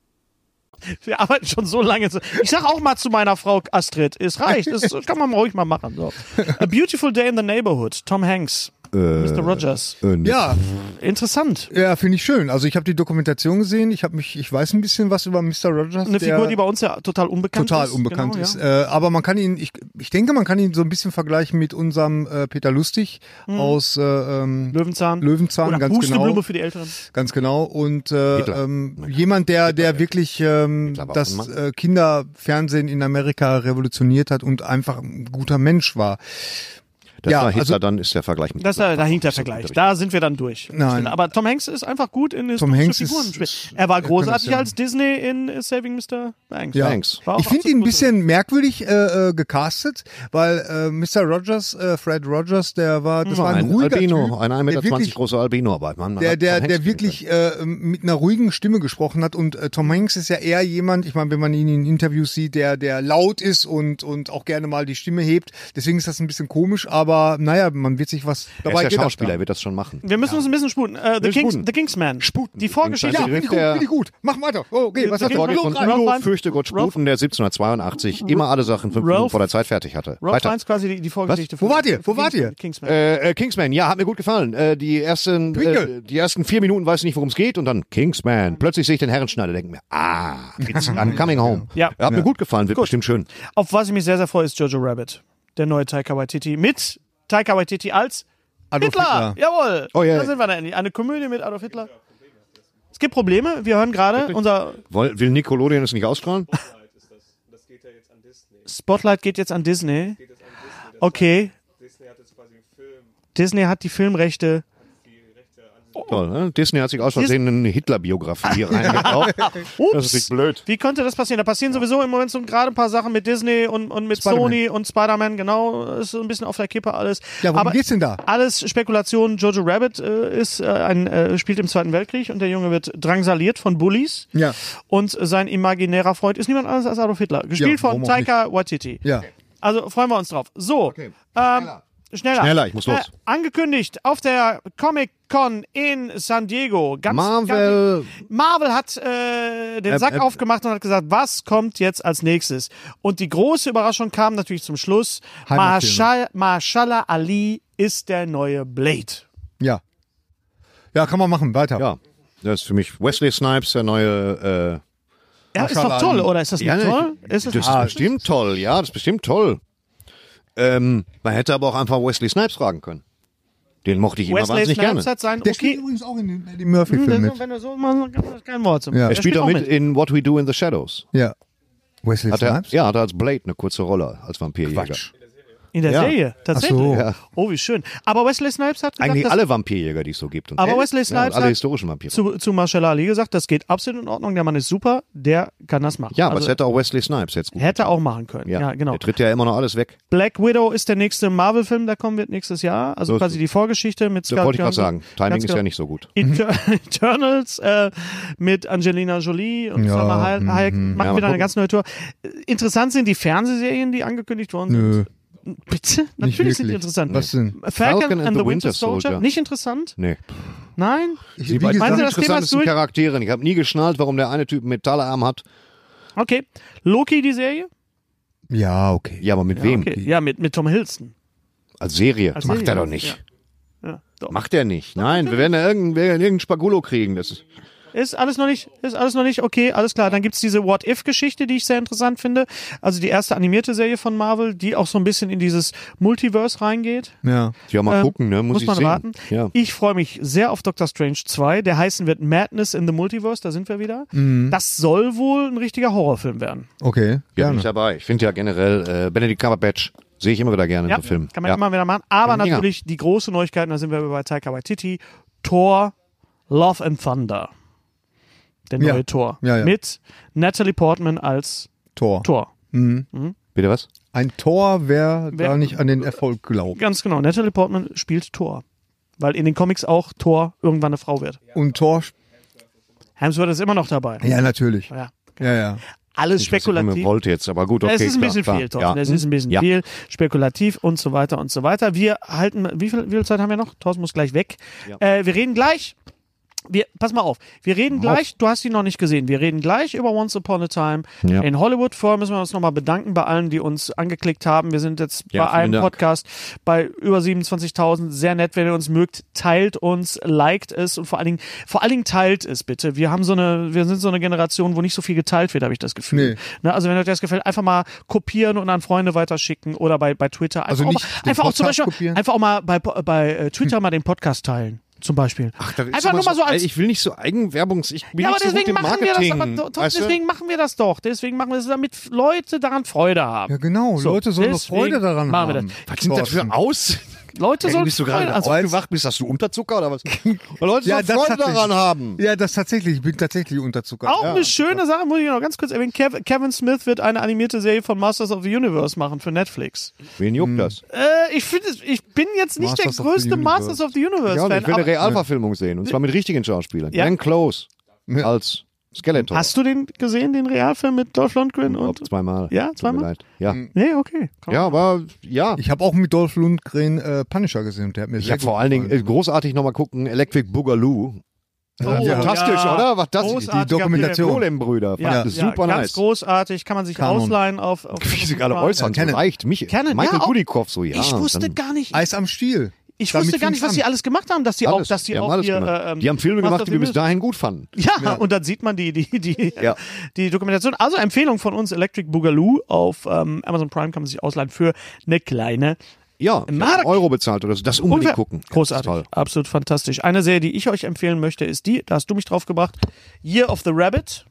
Wir arbeiten schon so lange. zu- Ich sag auch mal zu meiner Frau Astrid, es reicht, es kann man ruhig mal machen. So. A Beautiful Day in the Neighborhood, Tom Hanks,
Äh,
Mr. Rogers.
ja,
Interessant.
ja, finde ich schön. Also ich habe die Dokumentation gesehen. Ich habe mich, ich weiß ein bisschen was über Mr. Rogers.
Eine
der
Figur, die bei uns ja total unbekannt
total
ist.
unbekannt
Genau,
ist.
Ja.
Äh, aber man kann ihn, ich, ich denke, man kann ihn so ein bisschen vergleichen mit unserem äh, Peter Lustig
Mhm.
aus äh, ähm,
Löwenzahn.
Löwenzahn,
Oder
ganz
Pusteblume
genau.
für die Älteren.
Ganz genau. Und äh,
Hitler.
ähm, jemand, der, der wirklich ähm,
Hitler war auch
das
ein
äh, Kinderfernsehen in Amerika revolutioniert hat und einfach ein guter Mensch war.
Das
Ja,
war Hitler,
also-
dann ist der Vergleich mit
Das, da, da hinkt der
Absolut,
Vergleich.
glaub ich.
Da sind wir dann durch.
Nein.
Aber Tom Hanks ist einfach gut in
Tom
historische
Hanks ist-
Figuren. spielen.
ist-
er
er
war
kann das
großartig
ja.
als Disney in äh, Saving Mr. Banks.
Ja.
Thanks.
War auch
Ich finde
absolut
ihn ein
gut.
bisschen merkwürdig äh, äh, gecastet, weil äh, Mr. Rogers, äh, Fred Rogers, der war, das war ein,
Ein
ruhiger
Albino,
Typ,
ein
der
1,20 Meter
wirklich
großer Albino, aber man, man
der,
hat
der,
Tom Hanks
der
spielen
wirklich äh, mit einer ruhigen Stimme gesprochen hat. Und äh, Tom Hanks ist ja eher jemand, ich meine, wenn man ihn in Interviews sieht, der, der laut ist und, und auch gerne mal die Stimme hebt. Deswegen ist das ein bisschen komisch, aber naja, man wird sich was
können. Er
dabei
ist der
gedacht
Schauspieler, er
haben.
wird das schon machen.
Wir müssen uns ein bisschen sputen. Äh, The,
Wir
Kings,
sputen.
The Kingsman. Sputen. Die
Ja,
Vorgeschichte.
Sputen.
finde ich gut, finde ich gut. Mach weiter. Oh, okay, was
Der
hast du?
Folge
Ralph
von
Fiennes- Ralph
Ralph
Fiennes-
fürchte Gott
Ralph-
Sputen, der 1782 immer alle Sachen fünf
Ralph-
Minuten vor der Zeit fertig hatte.
Rob
Weiter.
Fiennes quasi die, die Vorgeschichte.
Wo
von-
wart ihr? Wo
von
wart ihr?
Kingsman.
Äh, äh, Kingsman, ja, hat mir gut gefallen. Äh, die, ersten,
Twinkle.
äh, die ersten vier Minuten weiß ich nicht, worum es geht und dann Kingsman. Plötzlich sehe ich den Herrenschneider, denke mir, ah, it's, I'm coming home.
Ja.
Hat mir gut gefallen, wird bestimmt schön.
Auf was ich mich sehr, sehr freue, ist Jojo Rabbit. Der neue Taika Waititi. Mit Taika Waititi als
Adolf
Hitler.
Hitler.
Jawohl.
Oh, ja.
Da sind wir dann. Eine Komödie mit Adolf Hitler. Es gibt Probleme. Wir hören gerade unser
Woll, will Nickelodeon es nicht ausstrahlen?
Spotlight geht jetzt an Disney. Okay. Disney hat die Filmrechte. Oh.
Toll, ne? Disney hat sich aus Versehen eine Hitler-Biografie hier reingebracht. Das ist nicht blöd.
Wie konnte das passieren? Da passieren sowieso im Moment so gerade ein paar Sachen mit Disney und, und mit
Spider-Man.
Sony und Spider-Man, genau. Ist so ein bisschen auf der Kippe alles.
Ja, worum
Aber
geht's denn da?
Alles Spekulation. Jojo Rabbit äh, ist äh, ein, äh, spielt im Zweiten Weltkrieg und der Junge wird drangsaliert von Bullies.
Ja.
Und sein imaginärer Freund ist niemand anderes als Adolf Hitler. Gespielt von
warum auch
Taika Waititi.
Ja.
Also freuen wir uns drauf. So, ähm, schneller. schneller.
Schneller, ich muss los.
angekündigt auf der Comic Con in San Diego. Ganz,
Marvel.
Ganz, Marvel hat äh, den Sack
äh,
aufgemacht und hat gesagt, was kommt jetzt als nächstes? Und die große Überraschung kam natürlich zum Schluss.
Heimatfilme.
Marshall, Marshallah Ali ist der neue Blade.
Ja. Ja, kann man machen. Weiter.
Ja, das ist für mich Wesley Snipes, der neue.
Ja, ist
Mahershala
doch
Ali.
toll, oder? Ist das
Äh,
nicht
ne,
toll?
Das ist
Ist das, nicht toll?
bestimmt toll, ja, das ist bestimmt toll. Ähm, man hätte aber auch einfach Wesley Snipes fragen können. Den mochte ich immer
Wesley
wahnsinnig
Snipes
gerne.
hat sein
Der
okay. Mhm,
spielt übrigens auch in den Eddie Murphy-Film mit.
Wenn du so machst, kann man kein Wort zum.
Ja.
Er
Er
spielt auch mit in What We Do in the Shadows.
Ja. Wesley
Hat er,
Snipes?
ja, hat er als Blade eine kurze Rolle als Vampirjäger.
Quatsch.
In der
Ja.
Serie, tatsächlich.
so.
Ja.
Oh, wie schön. Aber Wesley Snipes hat gesagt,
Eigentlich
dass-
alle Vampirjäger, die es so gibt. Und
Aber Wesley
ja,
Snipes
und alle
hat
historischen Vampire.
zu, zu Marshall Ali gesagt, das geht absolut in Ordnung, der Mann ist super, der kann das machen.
ja, aber
Also,
es hätte auch Wesley Snipes jetzt gut.
hätte auch machen können. Ja,
ja,
genau.
Der tritt ja immer noch alles weg.
Black Widow ist der nächste Marvel-Film, der kommen wird nächstes Jahr. Also
So
quasi
ist-
die Vorgeschichte mit
Das
Scarlett
wollte ich gerade
Johansson.
sagen. Timing
Ganz
ist
genau.
ja nicht so gut.
Eter Eternals äh, mit Angelina Jolie und
Ja, mhm.
Salma Hayek- Hayek machen
mal
wieder eine
gucken.
ganz neue Tour. Interessant sind die Fernsehserien, die angekündigt worden
Nö.
sind. Bitte? Natürlich sind die
wirklich.
interessant.
Was denn?
Falcon, and the Winter Soldier. Nicht interessant?
Nee.
Nein?
Ich-
Die
wie
beiden
Meinen Sie,
gesagt,
das Thema ist
interessantesten
durch?
Charaktere. Ich habe nie geschnallt, warum der eine Typ einen Metallarm hat.
Okay. Loki, die Serie?
ja, okay.
Ja, aber mit wem?
Okay. Ja, mit, mit Tom Hiddleston.
Als Serie.
Als
Macht
Serie,
er doch
ja.
nicht.
Ja, doch.
Macht er nicht. Nein, wir werden da irgendeinen irgendein Spagulo kriegen. Das ist,
Ist alles noch nicht, ist alles noch nicht, okay, alles klar. Dann gibt's diese What-If-Geschichte, die ich sehr interessant finde. Also die erste animierte Serie von Marvel, die auch so ein bisschen in dieses Multiverse reingeht.
Ja.
ja, mal
Ähm,
gucken, ne? Muss,
muss
ich
man
sehen.
raten.
Ja.
Ich freue mich sehr auf Doctor Strange 2. Der heißen wird Madness in the Multiverse, da sind wir wieder.
Mhm.
Das soll wohl ein richtiger Horrorfilm werden.
Okay,
Ja, bin
gerne.
ich dabei. Ich finde ja generell äh, Benedict Cumberbatch sehe ich immer wieder gerne
Ja,
in so Filmen.
kann man
ja.
immer wieder machen. Aber
Ja, mega.
natürlich die große Neuigkeit, und da sind wir bei Taika Waititi, Thor, Love and Thunder. Der neue
Ja.
Thor.
Ja, ja.
Mit Natalie Portman als
Tor.
Thor.
Bitte was?
Ein Tor wäre
Wer-
da nicht an den Erfolg glaubt.
Ganz genau. Natalie Portman spielt Thor. Weil in den Comics auch Thor irgendwann eine Frau wird.
Und Tor. sp-
Hemsworth ist immer noch dabei.
Ja, natürlich.
Ja.
Ja, ja.
Alles
Ich weiß nicht,
spekulativ.
ob ihr wollt jetzt, aber gut, okay.
es ist ein
klar,
bisschen
klar,
viel, Thorsten.
Ja.
Es ist ein bisschen
Ja.
viel, spekulativ und so weiter und so weiter. Wir halten, wie viel, wie viel Zeit haben wir noch? Thorsten muss gleich weg. Äh, wir reden gleich. Wir, pass mal auf. Wir reden gleich, du hast ihn noch nicht gesehen. Wir reden gleich über Once Upon a Time
Ja.
in Hollywood. Vorher müssen wir uns nochmal bedanken bei allen, die uns angeklickt haben. Wir sind jetzt
Ja,
bei
vielen
einem
Dank.
Podcast bei über 27.000. Sehr nett, wenn ihr uns mögt. Teilt uns, liked es und vor allen Dingen, vor allen Dingen teilt es bitte. Wir haben so eine, wir sind so eine Generation, wo nicht so viel geteilt wird, habe ich das Gefühl.
Nee.
Ne, also wenn euch das gefällt, einfach mal kopieren und an Freunde weiterschicken oder bei, bei Twitter. Einfach
Also
auch
nicht
mal-
den
einfach auch zum
Podcast
Beispiel,
kopieren? Hm.
einfach auch mal bei, bei äh, Twitter mal den Podcast teilen. Zum Beispiel. Ach,
Da ist
einfach nur
immer
mal so als
Ich will nicht so Eigenwerbung. Ich bin
ja, aber
nicht so gut
deswegen
im
machen wir das,
Marketing.
aber doch, doch,
weißt du?
deswegen machen wir das doch. Deswegen machen wir das, damit Leute daran Freude haben.
Ja, genau. Leute sollen doch
deswegen
Freude daran
machen wir
haben.
das.
Was sind das für aus?
Leute
Hey,
sollen
bist du
Freude
gerade
also,
aufgewacht? Bist hast du Unterzucker oder was? Leute sollen Freude
tatsächlich.
daran haben.
Ja, das tatsächlich. Ich bin tatsächlich unterzuckert.
Auch
ja.
eine schöne Sache, muss ich noch ganz kurz erwähnen. Kev Kevin Smith wird eine animierte Serie von Masters of the Universe machen für Netflix.
Wen juckt das?
Äh, ich finde, es- ich bin jetzt nicht
Masters
der
of the
größte
Universe.
Masters of the
Ja, und ich
Universe-Fan.
will eine
aber-
Realverfilmung sehen. Und zwar mit richtigen Schauspielern.
Ja.
Glenn Close als Skeletor.
Hast du den gesehen, den Realfilm mit Dolph Lundgren und?
Ob zweimal.
Ja,
Tut mir
zweimal? Hm.
leid. Ja.
Nee, okay. Komm.
ja, aber ja.
Ich habe auch mit Dolph Lundgren äh, Punisher gesehen. und Der hat mir
Ich
sehr
habe
gut
vor allen Dingen
gefallen.
äh, großartig nochmal gucken, Electric Boogaloo.
Oh,
Ja.
Fantastisch, oder? Was das
Großartiger
die Dokumentation.
Film.
Golem-Brüder. Fand
Ja,
ich
ja,
super
ganz
nice.
großartig, kann man sich
Kanon.
ausleihen auf, auf
Wie sie gerade
Prime.
äußern,
Ja,
so
Canon.
leicht. Mich,
Canon,
Michael
ja, auch-
Gudikoff so, ja.
ich
und
wusste
dann-
gar nicht,
Eis am Stiel.
ich
Damit
wusste gar nicht,
fing's
was die
an.
alles gemacht haben, dass die
alles.
auch, dass die,
haben
auch
alles
ihr,
gemacht.
ähm,
die haben Filme
Masters
gemacht, die wir
of the
bis dahin gut fanden.
Ja, und dann sieht man die, die, die, die Dokumentation. Also Empfehlung von uns, Electric Boogaloo auf ähm, Amazon Prime kann man sich ausleihen für eine kleine
Ja, ich hab
Mark.
einen Euro bezahlt oder so. Das unbedingt
Ungefähr-
gucken.
Großartig.
Toll.
Absolut fantastisch. Eine Serie, die ich euch empfehlen möchte, ist die, da hast du mich drauf gebracht, Year of the Rabbit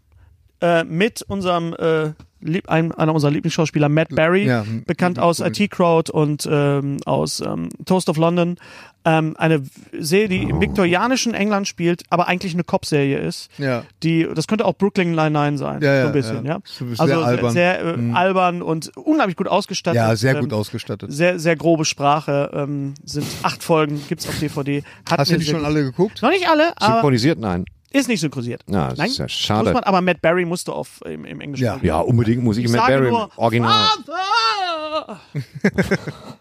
äh, mit unserem äh, lieb, einem, einer unserer Lieblingsschauspieler Matt Barry,
Ja.
bekannt aus IT Crowd und ähm, aus ähm, Toast of London. Ähm, eine Serie, die im viktorianischen England spielt, aber eigentlich eine Cop-Serie ist.
Ja.
Die, das könnte auch Brooklyn Nine-Nine sein,
Ja, ja,
so ein bisschen.
ja.
Ja.
So ein bisschen
Also
sehr albern. Mhm.
sehr äh, albern und unheimlich gut ausgestattet.
Ja, sehr gut
Ähm,
ausgestattet.
sehr, sehr grobe Sprache. Ähm, sind acht Folgen, gibt's auf DVD. Hat
Hast du
mir
die
sehr
schon
gut-
alle geguckt?
Noch nicht alle, aber
Synchronisiert, nein.
ist nicht synchronisiert.
Ja, das ist ja schade.
Muss man, aber Matt Barry musste auf im, im Englischen.
Ja.
Ja, unbedingt muss ich,
Ich
mit
sage
Barry
nur,
Original.
Father!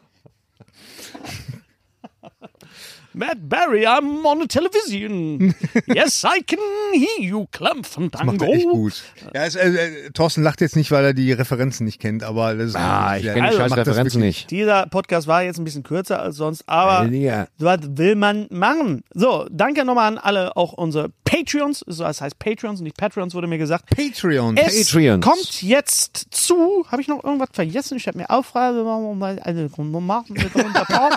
Matt Barry, I'm on the television. Yes, I can hear you,
Macht er echt
Klampfandango.
gut. Ja, es, äh, äh, Thorsten lacht jetzt nicht, weil er die Referenzen nicht kennt, aber das ist
Ah, ich
Ja,
kenne die
er Also,
scheiß
macht das
Referenzen
wirklich-
nicht.
Dieser Podcast war jetzt ein bisschen kürzer als sonst, aber
Ja.
Was will man machen? So, danke nochmal an alle, auch unsere Patreons. So, das heißt Patreons, nicht Patreons, wurde mir gesagt.
Patreon.
Es
Patreons.
kommt jetzt zu. Habe ich noch irgendwas vergessen? Ich habe mir Aufgabe warum- weil- also, machen wir doch unter Pause.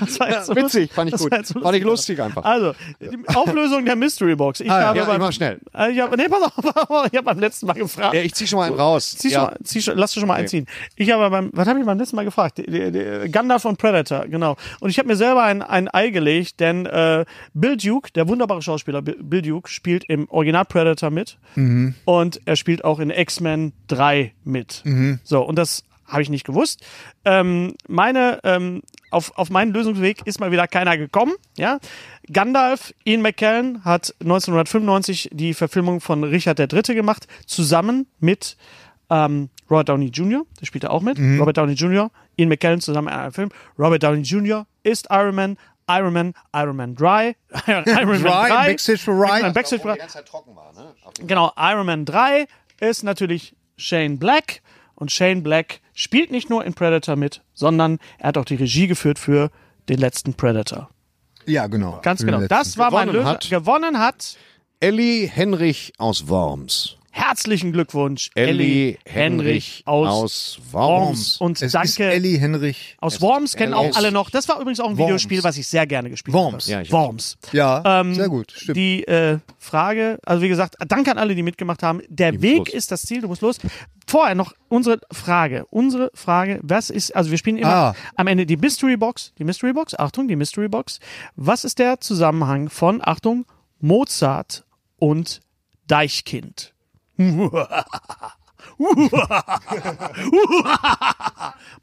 Das war jetzt so
Witzig, fand ich
das
gut.
war jetzt so
Fand ich lustig einfach. Ah
Also, die Auflösung der Mystery Box. Ich habe
ja, ich
beim-
mach schnell.
Äh, Ich habe, nee, pass auf, ich habe beim letzten Mal gefragt.
Ja, ich zieh schon mal einen raus.
Zieh schon,
ja.
mal- zieh schon, lass dich schon mal einziehen. Ich habe beim, was habe ich beim letzten Mal gefragt? Die- die- die- Gandalf und Predator, genau. Und ich habe mir selber ein, ein Ei gelegt, denn äh, Bill Duke, der wunderbare Schauspieler Bi- Bill Duke, spielt im Original Predator mit und er spielt auch in X-Men 3 mit.
Mhm.
So, und das habe ich nicht gewusst. Ähm, meine, ähm, auf, auf meinen Lösungsweg ist mal wieder keiner gekommen. Ja? Gandalf, Ian McKellen hat 1995 die Verfilmung von Richard III. gemacht, zusammen mit ähm, Robert Downey Jr., der spielt da auch mit.
Mhm.
Robert Downey Jr., Ian McKellen zusammen in einem Film. Robert Downey Jr. ist Iron Man, Iron Man, Iron Man 3, Iron Man 3,
Dry, Backstage for Ryan.
Iron Man Backstage for
Zeit trocken war, ne?
Genau, Iron Man 3 ist natürlich Shane Black. Und Shane Black spielt nicht nur in Predator mit, sondern er hat auch die Regie geführt für den letzten Predator.
Ja, genau.
Ganz
In den
genau.
letzten.
Das war mein
Gewonnen
Lösung.
hat-
Gewonnen hat.
Ellie Henrich aus Worms.
Herzlichen Glückwunsch,
Ellie
Ellie Henrich aus, Worms.
Worms.
Und
Es ist
danke.
Ellie Henrich.
aus Worms kennen
Ellie
auch alle noch. Das war übrigens auch ein
Worms.
Videospiel, was ich sehr gerne gespielt
Worms.
habe.
Ja, ich hab's.
Worms.
Ja,
Ähm,
sehr gut. Stimmt.
Die äh, Frage, also wie gesagt, danke an alle, die mitgemacht haben. Der
muss
Weg
los.
ist das Ziel, du musst los. Vorher noch unsere Frage. Unsere Frage, was ist, also wir spielen immer
Ah.
am Ende die Mystery Box, die Mystery Box, Achtung, die Mystery Box. Was ist der Zusammenhang von, Achtung, Mozart und Deichkind?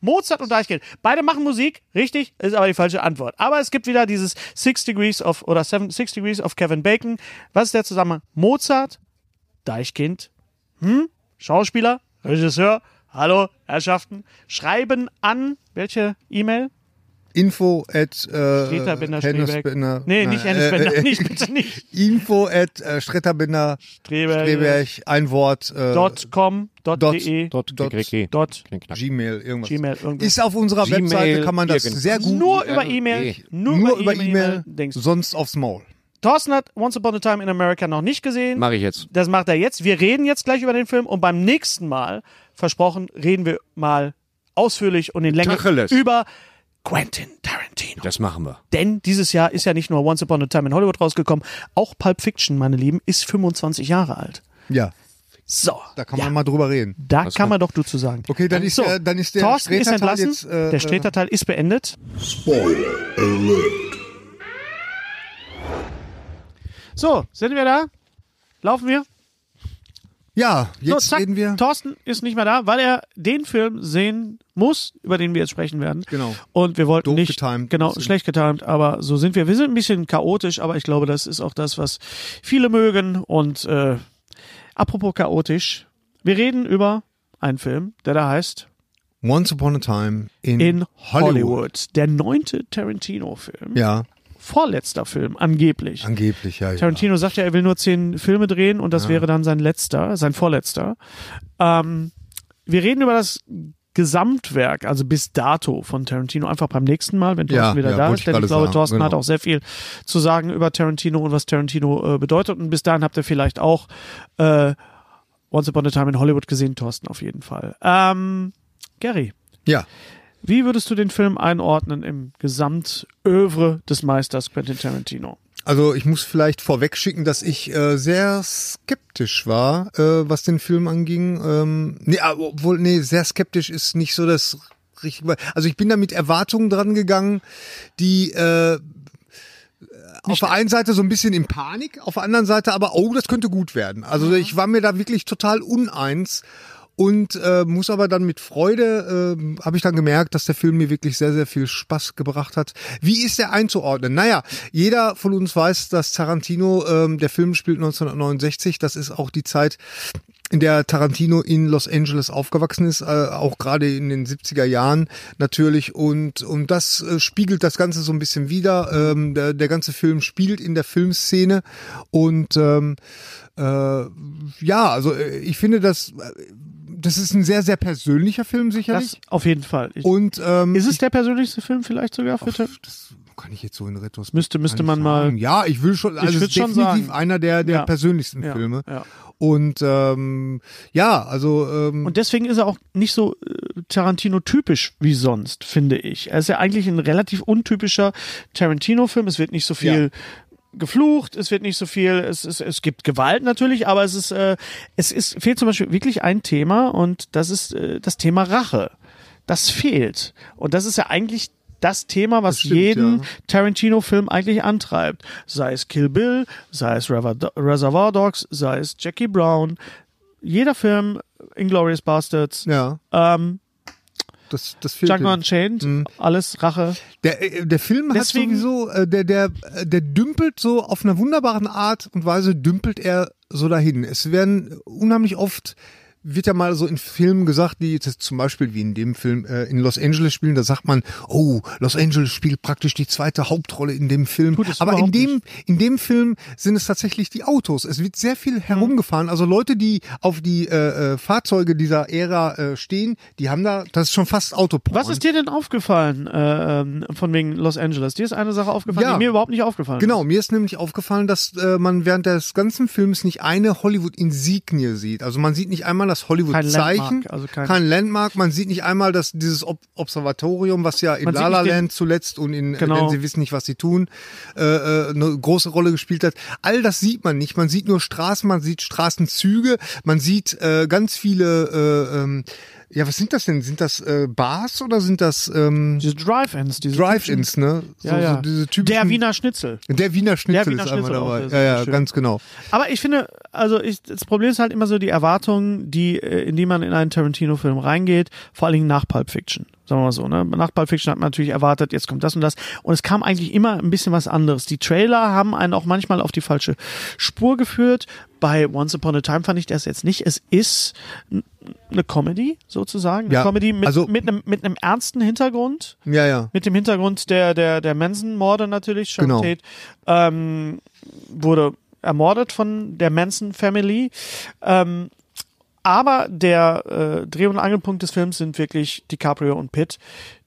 Mozart und Deichkind. Beide machen Musik, richtig, ist aber die falsche Antwort. Aber es gibt wieder dieses Six Degrees of oder Seven, Six Degrees of Kevin Bacon. Was ist der Zusammenhang? Mozart, Deichkind, hm? Schauspieler, Regisseur, hallo, Herrschaften. Schreiben an welche E-Mail?
Info at
Streter Binder
äh, Hennes
Strebeck.
Binder.
Nee, nicht
Nein,
Hennes
äh,
Binder,
äh,
nicht, bitte nicht.
Info at äh, Stretterbinder
Streberg.
Streberg, ein Wort. Äh,
Dot com, dot,
dot-
de,
Dort,
Dort-
dort,
dot
Gmail, irgendwas.
Gmail, irgendwas.
Ist auf unserer
Gmail,
Webseite, kann man das
irgendwas.
sehr gut.
nur
äh,
über E-Mail,
nee.
nur,
nur über E-Mail,
Dings.
sonst aufs Maul.
Thorsten hat Once Upon a Time in America noch nicht gesehen.
Mache ich jetzt.
Das macht er jetzt. Wir reden jetzt gleich über den Film und beim nächsten Mal, versprochen, reden wir mal ausführlich und in Länge
Tacheles.
über Quentin Tarantino.
Das machen wir.
Denn dieses Jahr ist ja nicht nur Once Upon a Time in Hollywood rausgekommen, auch Pulp Fiction, meine Lieben, ist 25 Jahre alt.
Ja,
So,
da kann
ja,
man mal drüber reden.
da kann man doch du zu sagen. Äh,
Okay, dann ist
so,
der- dann ist der
Thorsten ist
Sträterteil
entlassen.
jetzt, äh,
der Sträterteil ist beendet. So, sind wir da? Laufen wir?
Ja, jetzt
so, zack,
reden wir.
Thorsten ist nicht mehr da, weil er den Film sehen muss, über den wir jetzt sprechen werden.
Genau.
Und wir wollten
Doof
nicht
getimed.
genau
Bisschen.
schlecht getimt, aber so sind wir. Wir sind ein bisschen chaotisch, aber ich glaube, das ist auch das, was viele mögen. Und äh, apropos chaotisch, wir reden über einen Film, der da heißt
Once Upon a Time in,
In Hollywood,
Hollywood.
der neunte Tarantino-Film,
Ja,
vorletzter Film angeblich.
angeblich, ja. ja.
Tarantino sagt ja, er will nur zehn Filme drehen und das wäre dann sein letzter, sein vorletzter. Ähm, wir reden über das Gesamtwerk, also bis dato von Tarantino, einfach beim nächsten Mal, wenn Thorsten
Ja,
wieder
ja,
da
wollte
ist,
ich
denn ich
gerade
glaube,
sagen,
Thorsten
genau.
hat auch sehr viel zu sagen über Tarantino und was Tarantino äh, bedeutet und bis dahin habt ihr vielleicht auch äh, Once Upon a Time in Hollywood gesehen, Thorsten auf jeden Fall. Ähm, Gary,
Ja,
wie würdest du den Film einordnen im Gesamtövre des Meisters Quentin Tarantino?
also ich muss vielleicht vorweg schicken, dass ich äh, sehr skeptisch war, äh, was den Film anging. Ähm, nee, ah, obwohl, nee, sehr skeptisch ist nicht so das richtige. Also ich bin da mit Erwartungen dran gegangen, die äh, auf der einen Seite so ein bisschen in Panik, auf der anderen Seite aber, oh, das könnte gut werden. Also ich war mir da wirklich total uneins und äh, muss aber dann mit Freude, äh, habe ich dann gemerkt, dass der Film mir wirklich sehr, sehr viel Spaß gebracht hat. Wie ist der einzuordnen? Naja, jeder von uns weiß, dass Tarantino, ähm, der Film spielt 1969, das ist auch die Zeit, in der Tarantino in Los Angeles aufgewachsen ist, äh, auch gerade in den 70er Jahren natürlich. Und, und das äh, spiegelt das Ganze so ein bisschen wider. Ähm, der, der ganze Film spielt in der Filmszene. Und ähm, äh, ja, also äh, ich finde, das, das ist ein sehr, sehr persönlicher Film sicherlich.
Das auf jeden Fall. Ich,
und ähm,
Ist es der persönlichste Film vielleicht sogar für Tim?
das kann ich jetzt so in Retrospektive
Müsste- müsste
gar nicht
man
sagen.
mal-
Ja, ich will schon, also es
würd
ist
schon
definitiv
sagen.
einer der, der
Ja.
persönlichsten
Ja,
Filme.
ja.
Und ähm, ja, also ähm,
Und deswegen ist er auch nicht so äh, Tarantino-typisch wie sonst, finde ich. Er ist ja eigentlich ein relativ untypischer Tarantino-Film. Es wird nicht so viel geflucht, es wird nicht so viel, es, es, es gibt Gewalt natürlich, aber es ist, äh, es ist, fehlt zum Beispiel wirklich ein Thema und das ist äh, das Thema Rache. Das fehlt. Und das ist ja eigentlich das Thema, was
stimmt,
jeden
ja.
Tarantino-Film eigentlich antreibt. Sei es Kill Bill, sei es Rever- Reservoir Dogs, sei es Jackie Brown. Jeder Film, Inglourious Bastards,
Ja.
ähm,
Das, das fehlt.
Django
ihm.
Unchained, alles Rache.
Der, äh, der Film
Deswegen-
hat sowieso, äh, der, der, äh, der dümpelt so auf einer wunderbaren Art und Weise dümpelt er so dahin. Es werden unheimlich oft wird ja mal so in Filmen gesagt, die jetzt zum Beispiel wie in dem Film äh, in Los Angeles spielen, da sagt man, oh, Los Angeles spielt praktisch die zweite Hauptrolle in dem Film.
Tut es
Aber in
überhaupt
dem, in dem Film sind es tatsächlich die Autos. Es wird sehr
Mhm.
viel herumgefahren. Also Leute, die auf die äh, äh, Fahrzeuge dieser Ära äh, stehen, die haben da, das ist schon fast Autoporn.
Was ist dir denn aufgefallen äh, ähm, von wegen Los Angeles? Dir ist eine Sache aufgefallen,
Ja.
die mir überhaupt nicht aufgefallen
Genau, mir ist nämlich aufgefallen, dass äh, man während des ganzen Films nicht eine Hollywood-Insignie sieht. Also man sieht nicht einmal das Hollywood-Zeichen,
Landmark, also kein-
Landmark, man sieht nicht einmal das, dieses Ob Observatorium, was ja in
Man sieht
La La
nicht den-
Land zuletzt und in
Genau.
genau. Denn sie wissen nicht, was sie tun, äh, äh, eine große Rolle gespielt hat. All das sieht man nicht. Man sieht nur Straßen, man sieht Straßenzüge, man sieht äh, ganz viele, äh, ähm, ja, was sind das denn? Sind das äh, Bars oder sind das ähm,
Diese Drive-Ins, diese
Drive-Ins, ne?
Ja, ja.
so diese typischen
der Wiener Schnitzel.
der Wiener Schnitzel
Der Wiener
ist einmal
Schnitzel auch,
dabei.
das ist
ja, ja,
schön.
ganz genau.
Aber ich finde, also ich, das Problem ist halt immer so die Erwartungen, die, äh, in die man in einen Tarantino-Film reingeht, vor allen Dingen nach Pulp Fiction. Sagen wir mal so, ne? Nach Pulp Fiction hat man natürlich erwartet, jetzt kommt das und das. Und es kam eigentlich immer ein bisschen was anderes. Die Trailer haben einen auch manchmal auf die falsche Spur geführt. Bei Once Upon a Time fand ich das jetzt nicht. Es ist n- eine Comedy, sozusagen. Eine
Ja,
Comedy mit,
also-
mit, einem, mit einem ernsten Hintergrund.
Ja, ja.
Mit dem Hintergrund der, der, der Manson-Morde natürlich. Sharon
Genau.
Tate ähm, wurde ermordet von der Manson-Family. Ähm, aber der äh, Dreh- und Angelpunkt des Films sind wirklich DiCaprio und Pitt,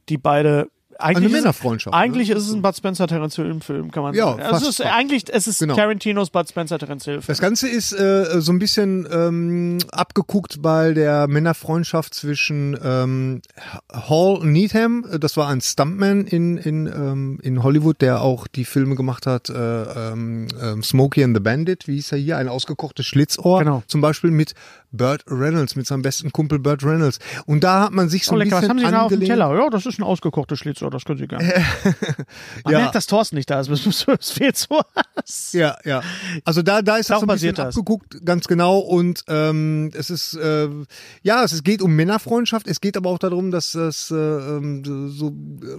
die beide eigentlich
Eine
ist-
Männerfreundschaft, ne?
Eigentlich ist es ein Bud Spencer Terence Hill Film, kann man
Ja,
sagen. Also
fast,
es ist
fast.
eigentlich es ist
Genau.
Tarantinos Bud Spencer Terence Hill Film.
Das Ganze ist äh, so ein bisschen ähm, abgeguckt bei der Männerfreundschaft zwischen ähm, Hall und Needham. Das war ein Stuntman in, in, ähm, in Hollywood, der auch die Filme gemacht hat. Äh, ähm, ähm, Smokey and the Bandit, wie hieß er hier? Ein ausgekochtes Schlitzohr.
Genau.
Zum Beispiel mit Burt Reynolds, mit seinem besten Kumpel Burt Reynolds. Und da hat man sich so
Oh,
ein
lecker, was
bisschen
haben Sie da auf dem
angelehnt.
Teller? Ja, das ist ein ausgekochtes Schlitzohr, das können Sie gerne. Man
Ja.
merkt, dass Thorsten nicht da ist, es fehlt so was.
Ja, ja. Also da, da ist das
Darauf
so ein bisschen
basiert das.
abgeguckt, ganz genau. Und ähm, es ist, äh, ja, es ist- geht um Männerfreundschaft. Es geht aber auch darum, dass das äh, ähm, so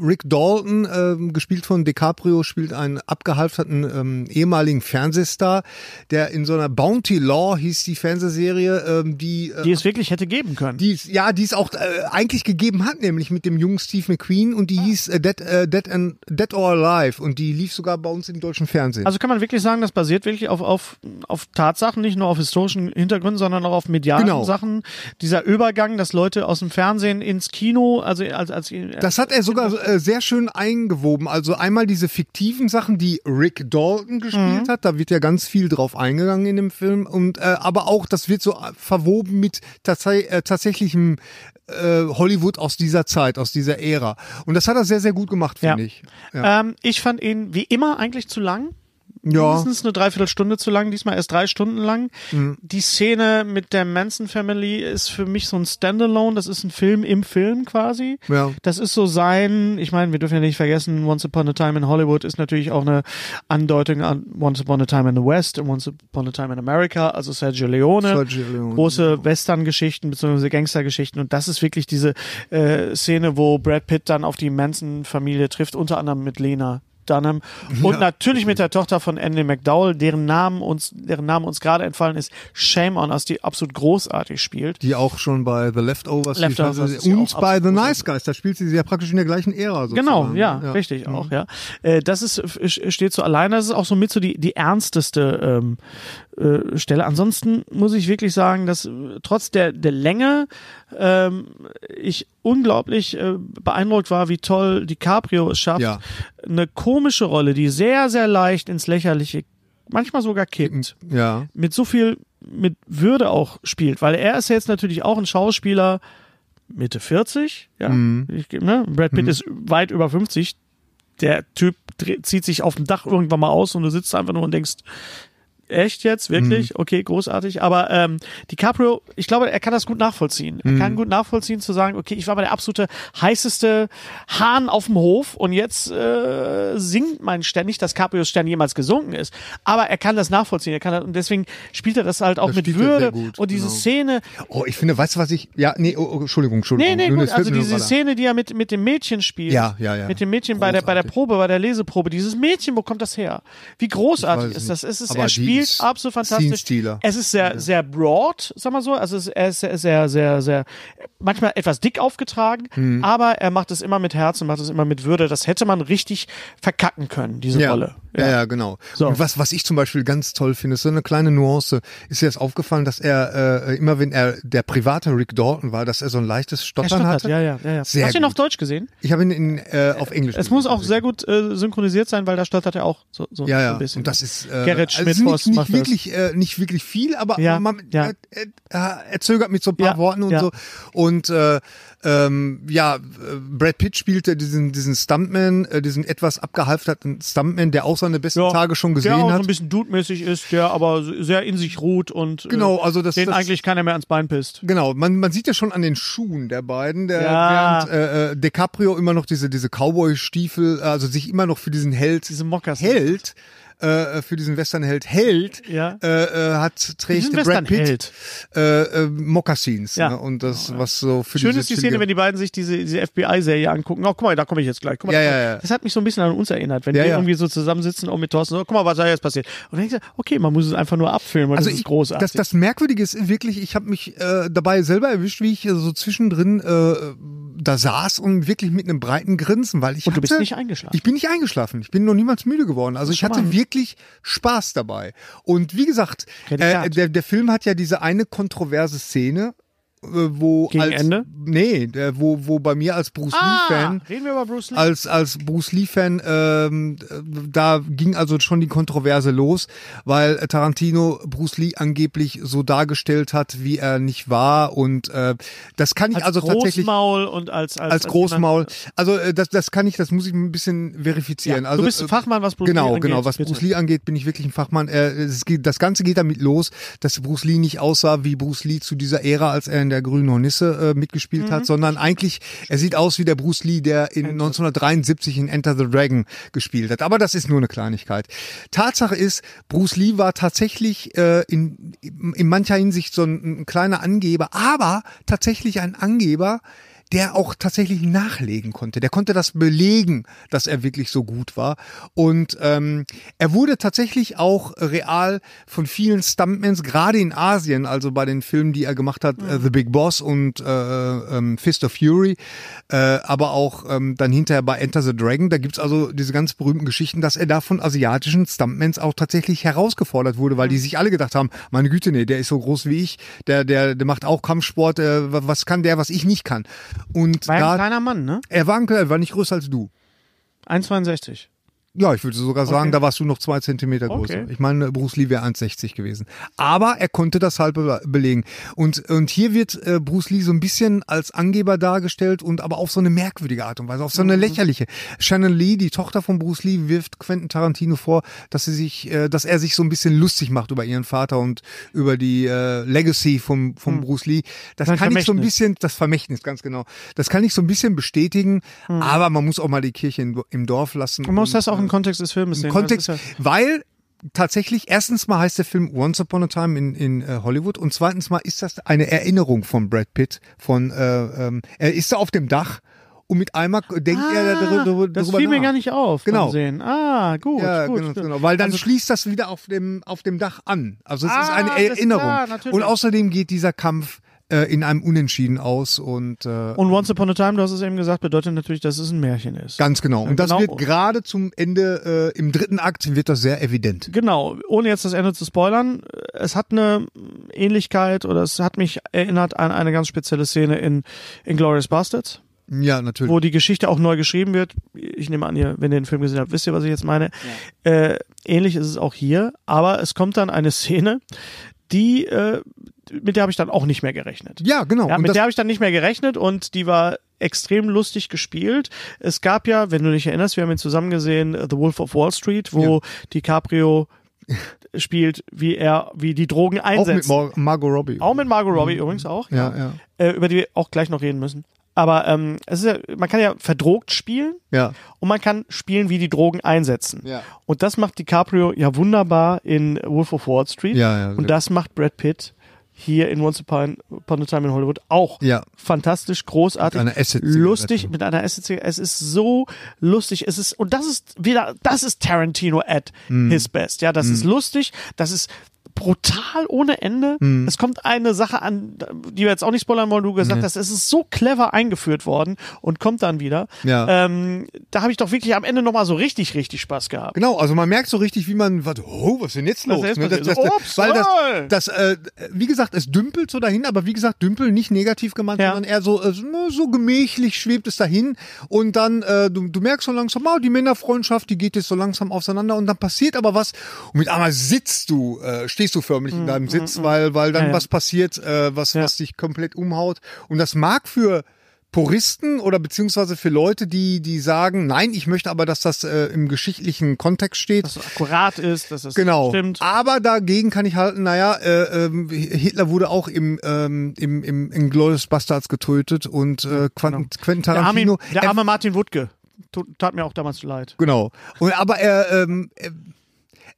Rick Dalton, ähm, gespielt von DiCaprio, spielt einen abgehalfterten ähm, ehemaligen Fernsehstar, der in so einer Bounty Law hieß die Fernsehserie, ähm, die äh,
die es wirklich hätte geben können.
die es, ja, die es auch äh, eigentlich gegeben hat, nämlich mit dem jungen Steve McQueen und die hieß äh, Dead, äh, Dead, and, Dead or Alive und die lief sogar bei uns im deutschen Fernsehen.
also kann man wirklich sagen, das basiert wirklich auf, auf, auf Tatsachen, nicht nur auf historischen Hintergründen, sondern auch auf medialen
Genau.
Sachen. Dieser Übergang, dass Leute aus dem Fernsehen ins Kino, also als, als
Das hat er sogar äh, sehr schön eingewoben. Also einmal diese fiktiven Sachen, die Rick Dalton
Mhm.
gespielt hat, da wird ja ganz viel drauf eingegangen in dem Film. Und äh, aber auch, das wird so äh, verwoben mit tats äh, tatsächlichem äh, Hollywood aus dieser Zeit, aus dieser Ära. Und das hat er sehr, sehr gut gemacht,
Ja.
finde ich.
ähm, ich fand ihn wie immer eigentlich zu lang.
Ja.
mindestens eine Dreiviertelstunde zu lang, diesmal erst drei Stunden lang.
Mhm.
Die Szene mit der Manson Family ist für mich so ein Standalone, das ist ein Film im Film quasi.
Ja.
Das ist so sein, ich meine, wir dürfen ja nicht vergessen, Once Upon a Time in Hollywood ist natürlich auch eine Andeutung an Once Upon a Time in the West und Once Upon a Time in America, also Sergio Leone.
Sergio Leone.
Große Western-Geschichten bzw. Gangster-Geschichten und das ist wirklich diese äh, Szene, wo Brad Pitt dann auf die Manson-Familie trifft, unter anderem mit Lena Dunham und natürlich mit der Tochter von Andy McDowell, deren Namen uns, deren Name uns gerade entfallen ist, Shame on Us, die absolut großartig spielt.
Die auch schon bei The Leftovers, die
Leftovers
Fernsehserie-
ist ja
und
auch
bei The
absolut
Nice Guys, da spielt sie ja praktisch in der gleichen Ära sozusagen. Mhm.
Genau, ja, richtig auch, ja. Äh, das ist f- steht so alleine, das ist auch so mit so die die ernsteste ähm, äh, Stelle. Ansonsten muss ich wirklich sagen, dass äh, trotz der der Länge ähm, ich unglaublich äh, beeindruckt war, wie toll DiCaprio es schafft,
Ja.
eine komische Rolle, die sehr sehr leicht ins Lächerliche, manchmal sogar kippt
Ja.
mit so viel mit Würde auch spielt, weil er ist ja jetzt natürlich auch ein Schauspieler Mitte 40, ja.
Mhm.
Ich, ne? Brad Pitt ist weit über 50. Der Typ dreh- zieht sich auf dem Dach irgendwann mal aus und du sitzt einfach nur und denkst, echt jetzt, wirklich?
Mhm.
Okay, großartig. Aber ähm, DiCaprio, ich glaube, er kann das gut nachvollziehen. Er
Mhm.
kann gut nachvollziehen zu sagen, okay, ich war mal der absolute heißeste Hahn auf dem Hof und jetzt äh, singt mein Stern, nicht, dass Caprios Stern jemals gesunken ist, aber er kann das nachvollziehen. Er kann das, und deswegen spielt er das halt auch
Das
mit
spielt er sehr
Würde
gut,
und diese
genau.
Szene,
Oh, ich finde, weißt du, was ich. Ja, nee, oh, oh, Entschuldigung,
Nee,
Entschuldigung.
nee,
Nun,
gut,
es fällt
also
mir nur
diese
gerade ein.
Szene, die er mit, mit dem Mädchen spielt.
Ja, ja, ja.
Mit dem Mädchen bei der, bei der
Großartig.
Probe, bei der Leseprobe. Dieses Mädchen, wo kommt das her? Wie großartig
weiß
ist
nicht.
das? Es ist,
Aber
er
die
spielt gespielt, absolut fantastisch.
Scene-Stealer.
Es ist sehr, sehr broad, sag mal so. Also es ist, er ist sehr, sehr, sehr, sehr, manchmal etwas dick aufgetragen,
Mhm.
aber er macht es immer mit Herz und macht es immer mit Würde. Das hätte man richtig verkacken können, diese
Ja.
Rolle.
Ja, ja, genau.
So.
Und was, was ich zum Beispiel ganz toll finde, ist so eine kleine Nuance. Ist dir das aufgefallen, dass er, äh, immer wenn er der private Rick Dalton war, dass er so ein leichtes
Er
Stottern
stottert,
hatte?
ja, ja, ja. ja.
Sehr
Hast du ihn auf
gut.
Deutsch gesehen?
Ich habe ihn in, äh, auf Englisch.
Es muss
gesehen.
auch sehr gut äh, synchronisiert sein, weil da stottert er auch so, so,
ja,
so
ja.
ein bisschen.
Und das ist äh,
Gerrit
also
Schmidt
nicht,
Voss
nicht
macht das.
wirklich, äh, nicht wirklich viel, aber
Ja,
man,
ja.
Er, er, er zögert mit so ein paar
Ja,
Worten und
ja.
so. Und äh, ähm, ja, äh, Brad Pitt spielte diesen diesen Stuntman, äh, diesen etwas abgehalfterten Stuntman, der auch seine besten
Ja,
Tage schon gesehen
der auch so
hat.
ein bisschen dudemäßig ist, der aber s- sehr in sich ruht und äh,
Genau, also das-
den
das-
eigentlich keiner mehr ans Bein pisst.
Genau, man, man sieht ja schon an den Schuhen der beiden, der
Ja.
während äh, äh, DiCaprio immer noch diese, diese Cowboy-Stiefel, also sich immer noch für diesen Held,
Diese Moccasins.
Held, äh, für diesen Western-Held hält,
Ja.
äh, äh, hat trägt
Diesen
Brad Pitt
Western-Held.
äh, äh, Moccasins.
Ja.
Ne? Und das, was so für
Schön
diese
ist die Szene, wenn die beiden sich diese, diese FBI-Serie angucken. Oh, guck mal, da komme ich jetzt gleich. Guck mal,
Ja, ja, ja.
Das hat mich so ein bisschen an uns erinnert, wenn
Ja,
wir
ja.
irgendwie so zusammensitzen und mit Thorsten so, guck mal, was da jetzt passiert. Und dann denkst du, okay, man muss es einfach nur abfilmen und
also
das
ich,
ist großartig.
Das, das Merkwürdige ist wirklich, ich habe mich äh, dabei selber erwischt, wie ich äh, so zwischendrin äh, da saß und wirklich mit einem breiten Grinsen, weil ich
Und du
hatte,
bist nicht eingeschlafen.
Ich bin nicht eingeschlafen. Ich bin noch niemals müde geworden. Also ich hatte wirklich Spaß dabei. Und wie gesagt,
Prädikat.
äh, der, der Film hat ja diese eine kontroverse Szene, äh, wo
Gegen
als,
Ende? Ah!
Nee, der, wo, wo bei mir als Bruce Lee-Fan
reden wir über Bruce Lee.
als, als Bruce Lee-Fan, ähm, da ging also schon die Kontroverse los, weil Tarantino Bruce Lee angeblich so dargestellt hat, wie er nicht war. Und äh, das kann ich
als
also tatsächlich
Großmaul und als als,
als Großmaul. Also äh, das, das kann ich, das muss ich ein bisschen
Ja,
verifizieren.
du
also,
bist ein
äh,
Fachmann, was Bruce
genau,
Lee angeht,
Genau, was
bitte.
Bruce Lee angeht, bin ich wirklich ein Fachmann. Äh, es geht, das Ganze geht damit los, dass Bruce Lee nicht aussah wie Bruce Lee zu dieser Ära, als er in der Grünen Hornisse äh, mitgespielt
Mhm.
hat, sondern eigentlich, er sieht aus wie der Bruce Lee, der in 1973 in Enter the Dragon gespielt hat. Aber das ist nur eine Kleinigkeit. Tatsache ist, Bruce Lee war tatsächlich äh, in, in mancher Hinsicht so ein, ein kleiner Angeber, aber tatsächlich ein Angeber, der auch tatsächlich nachlegen konnte. Der konnte das belegen, dass er wirklich so gut war. Und ähm, er wurde tatsächlich auch real von vielen Stuntmans, gerade in Asien, also bei den Filmen, die er gemacht hat, äh, The Big Boss und äh, ähm, Fist of Fury, äh, aber auch ähm, dann hinterher bei Enter the Dragon, da gibt's also diese ganz berühmten Geschichten, dass er da von asiatischen Stuntmans auch tatsächlich herausgefordert wurde,
Mhm.
weil die sich alle gedacht haben, meine Güte, nee, der ist so groß wie ich, der, der, der macht auch Kampfsport, äh, wa- was kann der, was ich nicht kann. Und
War ja ein
da,
kleiner Mann, ne?
er war ein kleiner, er war nicht größer als du.
1,62.
Ja, ich würde sogar sagen,
Okay.
da warst du noch zwei Zentimeter größer.
Okay.
Ich meine, Bruce Lee wäre 1,60 gewesen. Aber er konnte das halt be belegen. Und, und hier wird äh, Bruce Lee so ein bisschen als Angeber dargestellt und aber auf so eine merkwürdige Art und Weise, auf so
Mhm.
eine lächerliche. Shannon Lee, die Tochter von Bruce Lee, wirft Quentin Tarantino vor, dass sie sich, äh, dass er sich so ein bisschen lustig macht über ihren Vater und über die äh, Legacy vom, vom Bruce Lee. Das
Mhm. Sein
kann ich so ein
Vermächtnis.
bisschen, das Vermächtnis, ganz genau. Das kann ich so ein bisschen bestätigen, aber man muss auch mal die Kirche in, im Dorf lassen.
Mhm. Man muss
Und,
das auch
äh,
im Kontext des Filmes sehen.
im
Das
Kontext,
ist ja-
weil tatsächlich erstens mal heißt der Film Once Upon a Time in, in äh, Hollywood und zweitens mal ist das eine Erinnerung von Brad Pitt. Von äh, ähm, er ist da auf dem Dach und mit einmal denkt er darüber, darüber
Ah, das fiel mir
nach.
gar nicht auf
Genau.
beim Sehen. Ah, gut,
Ja,
gut.
genau,
stimmt.
genau. Weil dann
Also-
schließt das wieder auf dem, auf dem Dach an. Also es ist
Ah,
eine
das ist
Erinnerung.
klar, natürlich.
und außerdem geht dieser Kampf äh, in einem Unentschieden aus und, äh,
Und Once Upon a Time, du hast es eben gesagt, bedeutet natürlich, dass es ein Märchen ist.
ganz genau. Und das
Genau.
wird gerade zum Ende, äh, im dritten Akt wird das sehr evident.
Genau, ohne jetzt das Ende zu spoilern, es hat eine Ähnlichkeit oder es hat mich erinnert an eine ganz spezielle Szene in Inglourious Bastards,
Ja, natürlich.
wo die Geschichte auch neu geschrieben wird. Ich nehme an, ihr, wenn ihr den Film gesehen habt, wisst ihr, was ich jetzt meine. Äh, ähnlich ist es auch hier, aber es kommt dann eine Szene, die äh, mit der habe ich dann auch nicht mehr gerechnet.
ja, genau.
Ja,
Und
mit
das-
der habe ich dann nicht mehr gerechnet und die war extrem lustig gespielt. Es gab ja, wenn du dich erinnerst, wir haben ihn zusammen gesehen, äh, The Wolf of Wall Street, wo DiCaprio spielt, wie er, wie die Drogen
Auch mit
einsetzt.
Mar Margot Robbie. Mhm.
Auch mit Margot Robbie übrigens auch,
Ja,
ja,
ja.
Äh, über die wir auch gleich noch reden müssen. Aber ähm, es ist ja, man kann ja verdrogt spielen
Ja.
und man kann spielen, wie die Drogen einsetzen.
Ja.
Und das macht DiCaprio ja wunderbar in Wolf of Wall Street.
Ja, ja, sehr
und das macht Brad Pitt hier in Once Upon, Upon a Time in Hollywood auch.
Ja.
Fantastisch, großartig,
Mit einer Acid-Zigarette.
lustig mit einer Acid Zigarette. Es ist so lustig. Es ist und das ist wieder das ist Tarantino at
Mhm.
his best. Ja, das ist lustig, das ist brutal ohne Ende.
Mhm.
Es kommt eine Sache an, die wir jetzt auch nicht spoilern wollen, du gesagt hast, es ist so clever eingeführt worden und kommt dann wieder.
Ja.
Ähm, da habe ich doch wirklich am Ende nochmal so richtig, richtig Spaß gehabt.
Genau, also man merkt so richtig, wie man, was, oh, was ist denn jetzt
Was
los?
ist
Ne, das,
jetzt
das, das,
passiert? So, ups,
weil das,
lol.
das äh, wie gesagt, es dümpelt so dahin, aber wie gesagt, dümpel nicht negativ gemeint,
Ja.
sondern eher so, äh, so- so gemächlich schwebt es dahin und dann, äh, du, du merkst so langsam, oh, die Männerfreundschaft, die geht jetzt so langsam auseinander und dann passiert aber was und mit einmal sitzt du, äh, stehst du förmlich in deinem Sitz, weil, weil dann
Mhm, Ja, ja.
was passiert, äh, was, was dich komplett umhaut und das mag für Puristen oder beziehungsweise für Leute, die, die sagen, nein, ich möchte aber, dass das äh, im geschichtlichen Kontext steht.
Dass es akkurat ist, dass es
Genau.
stimmt.
Aber dagegen kann ich halten, naja, äh, ähm, Hitler wurde auch im, ähm, im, im Inglourious Bastards getötet und äh, Quentin, Quentin
Genau. Der,
Tarantino.
Armin, der
er-
arme Martin Wuttke. Tut, tat mir auch damals leid.
Genau. Und, aber er, ähm, äh,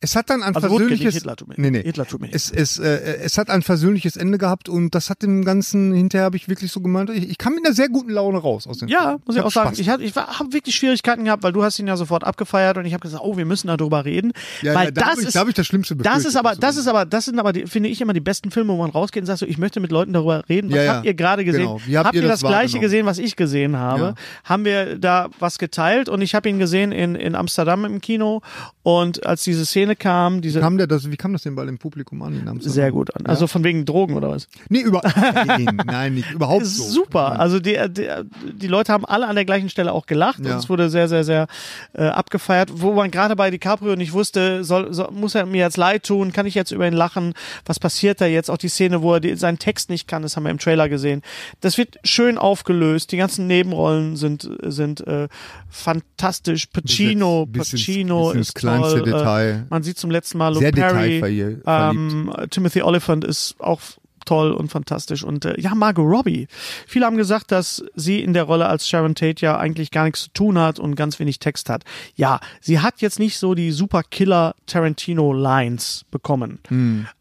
es hat dann ein
Also Wuttke, nicht
versöhnliches.
Hitler, tut mir-
nee, nee.
Hitler tut mir nicht
es, es, äh, es hat ein versöhnliches Ende gehabt und das hat dem Ganzen hinterher habe ich wirklich so gemeint, ich, ich kam mit einer sehr guten Laune raus aus dem
Ja, muss ich
hab
auch sagen.
Spaß.
Ich, hab- ich habe wirklich Schwierigkeiten gehabt, weil du hast ihn ja sofort abgefeiert und ich habe gesagt, oh, wir müssen darüber reden.
Ja,
weil
ja, da
das
hab ich-
ist,
da hab ich das Schlimmste
Das ist
befürchtet.
aber, das ist aber, das sind aber, die, finde ich immer die besten Filme, wo man rausgeht und sagt so, ich möchte mit Leuten darüber reden. Was
Ja, ja.
habt ihr gerade gesehen?
Genau. Wie habt ihr das
das Gleiche
wahrgenommen?
gesehen, was ich gesehen habe?
Ja.
Haben wir da was geteilt und ich habe ihn gesehen in, in Amsterdam im Kino und als diese Szene kam, diese
Kam der das, wie kam das denn bei dem Publikum an in Amsterdam?
sehr gut an. Also von wegen Drogen oder was?
Nee, über nein, nein, nicht überhaupt so. Mhm.
Super. Also die, die, die Leute haben alle an der gleichen Stelle auch gelacht
Ja.
und es wurde sehr, sehr, sehr äh, abgefeiert, wo man gerade bei DiCaprio nicht wusste, soll, soll, muss er mir jetzt leid tun, kann ich jetzt über ihn lachen, was passiert da jetzt? Auch die Szene, wo er die, seinen Text nicht kann, das haben wir im Trailer gesehen. Das wird schön aufgelöst, die ganzen Nebenrollen sind, sind äh, fantastisch. Pacino,
Bis ins- bis
Pacino
ins
ist
kleinste
toll.
Detail.
Äh, man sieht zum letzten Mal Luke
Sehr
Perry.
detailverliebt.
Ähm, Timothy Oliphant ist auch f- toll und fantastisch. Und äh, ja, Margot Robbie. Viele haben gesagt, dass sie in der Rolle als Sharon Tate ja eigentlich gar nichts zu tun hat und ganz wenig Text hat. Ja, sie hat jetzt nicht so die super Killer Tarantino Lines bekommen.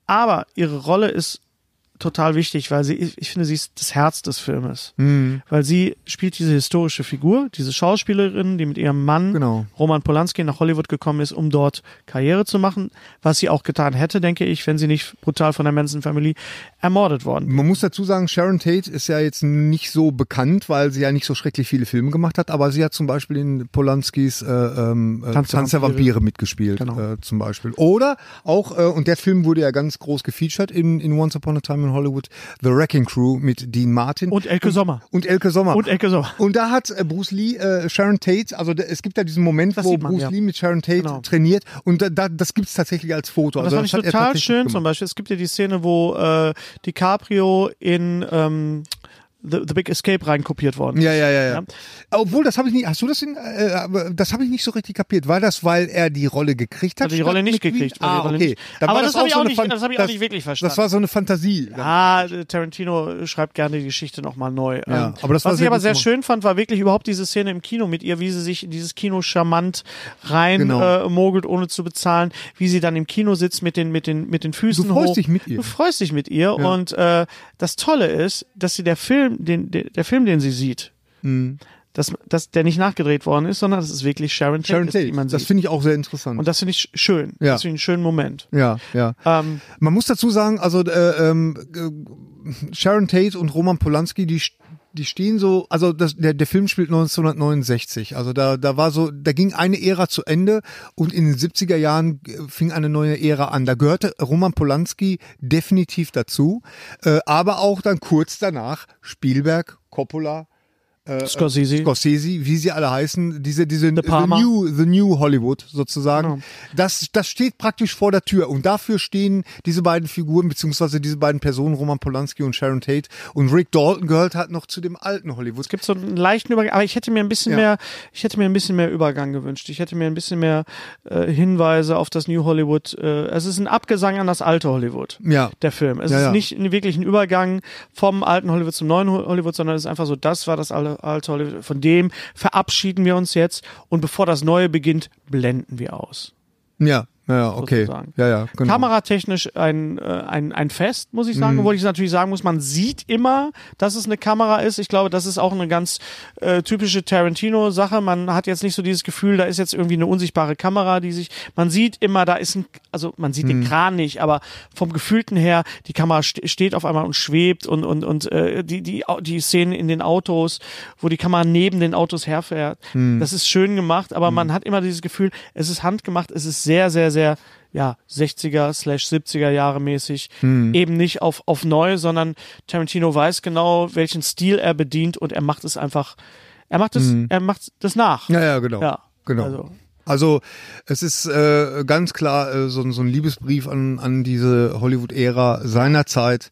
Aber ihre Rolle ist total wichtig, weil sie, ich finde, sie ist das Herz des Filmes.
Mhm.
Weil sie spielt diese historische Figur, diese Schauspielerin, die mit ihrem Mann
Genau.
Roman Polanski nach Hollywood gekommen ist, um dort Karriere zu machen, was sie auch getan hätte, denke ich, wenn sie nicht brutal von der Manson Family ermordet worden.
Man muss dazu sagen, Sharon Tate ist ja jetzt nicht so bekannt, weil sie ja nicht so schrecklich viele Filme gemacht hat, aber sie hat zum Beispiel in Polanskis äh, ähm, äh,
Tanz
Tanz,
der
der
Vampire. Genau.
Vampire mitgespielt, äh, zum Beispiel. Oder auch, äh, und der Film wurde ja ganz groß gefeatured in, in Once Upon a Time in Hollywood, The Wrecking Crew mit Dean Martin.
Und Elke Sommer.
Und Elke Sommer.
Und Elke Sommer.
Und da hat äh, Bruce Lee äh, Sharon Tate, also der, es gibt ja diesen Moment,
Das
wo
sieht man,
Bruce
ja.
Lee mit Sharon Tate
Genau.
trainiert und da, da, das gibt's tatsächlich als Foto.
Und das
also
fand ich
hat er
total
tatsächlich
schön
gemacht.
zum Beispiel. Es gibt ja die Szene, wo äh, DiCaprio in ähm, The, The Big Escape reinkopiert worden ist.
Ja, ja, ja, ja.
Ja.
Obwohl, das habe ich nicht. Hast du das in, äh, aber das habe ich nicht so richtig kapiert. War das, weil er die Rolle gekriegt hat?
Hat er die
statt
Rolle nicht
McQueen?
gekriegt, weil die
Ah,
Rolle
okay.
nicht-
Dann
Aber
war
das habe ich
so
auch
eine
nicht-
Fan-
das habe ich auch nicht wirklich verstanden.
Das war so eine Fantasie.
Ah, äh, Tarantino schreibt gerne die Geschichte nochmal neu.
Ja,
Ähm,
aber das war
was ich
sehr
aber
gut
sehr
gemacht.
schön fand, war wirklich überhaupt diese Szene im Kino mit ihr, wie sie sich in dieses Kino charmant rein
Genau.
äh, mogelt, ohne zu bezahlen, wie sie dann im Kino sitzt mit den, mit den, mit den Füßen
freust
hoch.
dich mit ihr.
Du freust dich mit ihr. Und äh, das Tolle ist, dass sie der Film, den, der, der Film, den sie sieht,
Mhm.
dass, dass der nicht nachgedreht worden ist, sondern das ist wirklich Sharon Tate,
Sharon
ist,
Tate.
die man
Das
sieht.
finde ich auch sehr interessant.
Und das finde ich sch- schön.
Ja.
Das finde ich einen schönen Moment.
ja, ja.
Ähm,
Man muss dazu sagen, also äh, ähm, äh, Sharon Tate und Roman Polanski, die die stehen so, also das, der, der Film spielt 1969, also da, da war so, da ging eine Ära zu Ende und in den 70er Jahren äh, fing eine neue Ära an. Da gehörte Roman Polanski definitiv dazu, äh, aber auch dann kurz danach Spielberg, Coppola, Äh,
Scorsese.
Scorsese, wie sie alle heißen, diese, diese the,
Palma.
new, the new Hollywood sozusagen.
Genau.
Das, das steht praktisch vor der Tür und dafür stehen diese beiden Figuren beziehungsweise diese beiden Personen, Roman Polanski und Sharon Tate und Rick Dalton gehört halt noch zu dem alten Hollywood.
Es gibt so einen leichten Übergang, aber ich hätte mir ein bisschen
Ja.
mehr, ich hätte mir ein bisschen mehr Übergang gewünscht. Ich hätte mir ein bisschen mehr äh, Hinweise auf das New Hollywood. Äh, es ist ein Abgesang an das alte Hollywood.
Ja.
Genau. Der Film. Es
Ja,
ist
ja.
nicht ein- wirklich ein Übergang vom alten Hollywood zum neuen Ho- Hollywood, sondern es ist einfach so, das war das alte, alte Hollywood. Von dem verabschieden wir uns jetzt und bevor das neue beginnt, blenden wir aus.
Ja, Ja, okay.
sozusagen.
Ja, ja, genau.
Kameratechnisch ein, äh, ein, ein Fest, muss ich sagen. Obwohl ich natürlich sagen muss, man sieht immer, dass es eine Kamera ist. Ich glaube, das ist auch eine ganz äh, typische Tarantino-Sache. Man hat jetzt nicht so dieses Gefühl, da ist jetzt irgendwie eine unsichtbare Kamera, die sich. Man sieht immer, da ist ein, also man sieht den Kran nicht, aber vom Gefühlten her, die Kamera st steht auf einmal und schwebt und, und, und äh, die, die, Au- die Szenen in den Autos, wo die Kamera neben den Autos herfährt. Das ist schön gemacht, aber man hat immer dieses Gefühl, es ist handgemacht, es ist sehr, sehr, sehr ja, 60er slash 70er Jahre mäßig,
Hm.
eben nicht auf, auf neu, sondern Tarantino weiß genau, welchen Stil er bedient und er macht es einfach, er macht es, er macht das nach.
Hm. Ja, ja, genau.
Ja,
genau. Also.
also.
es ist äh, ganz klar äh, so, ein- so ein Liebesbrief an, an diese Hollywood-Ära seiner Zeit.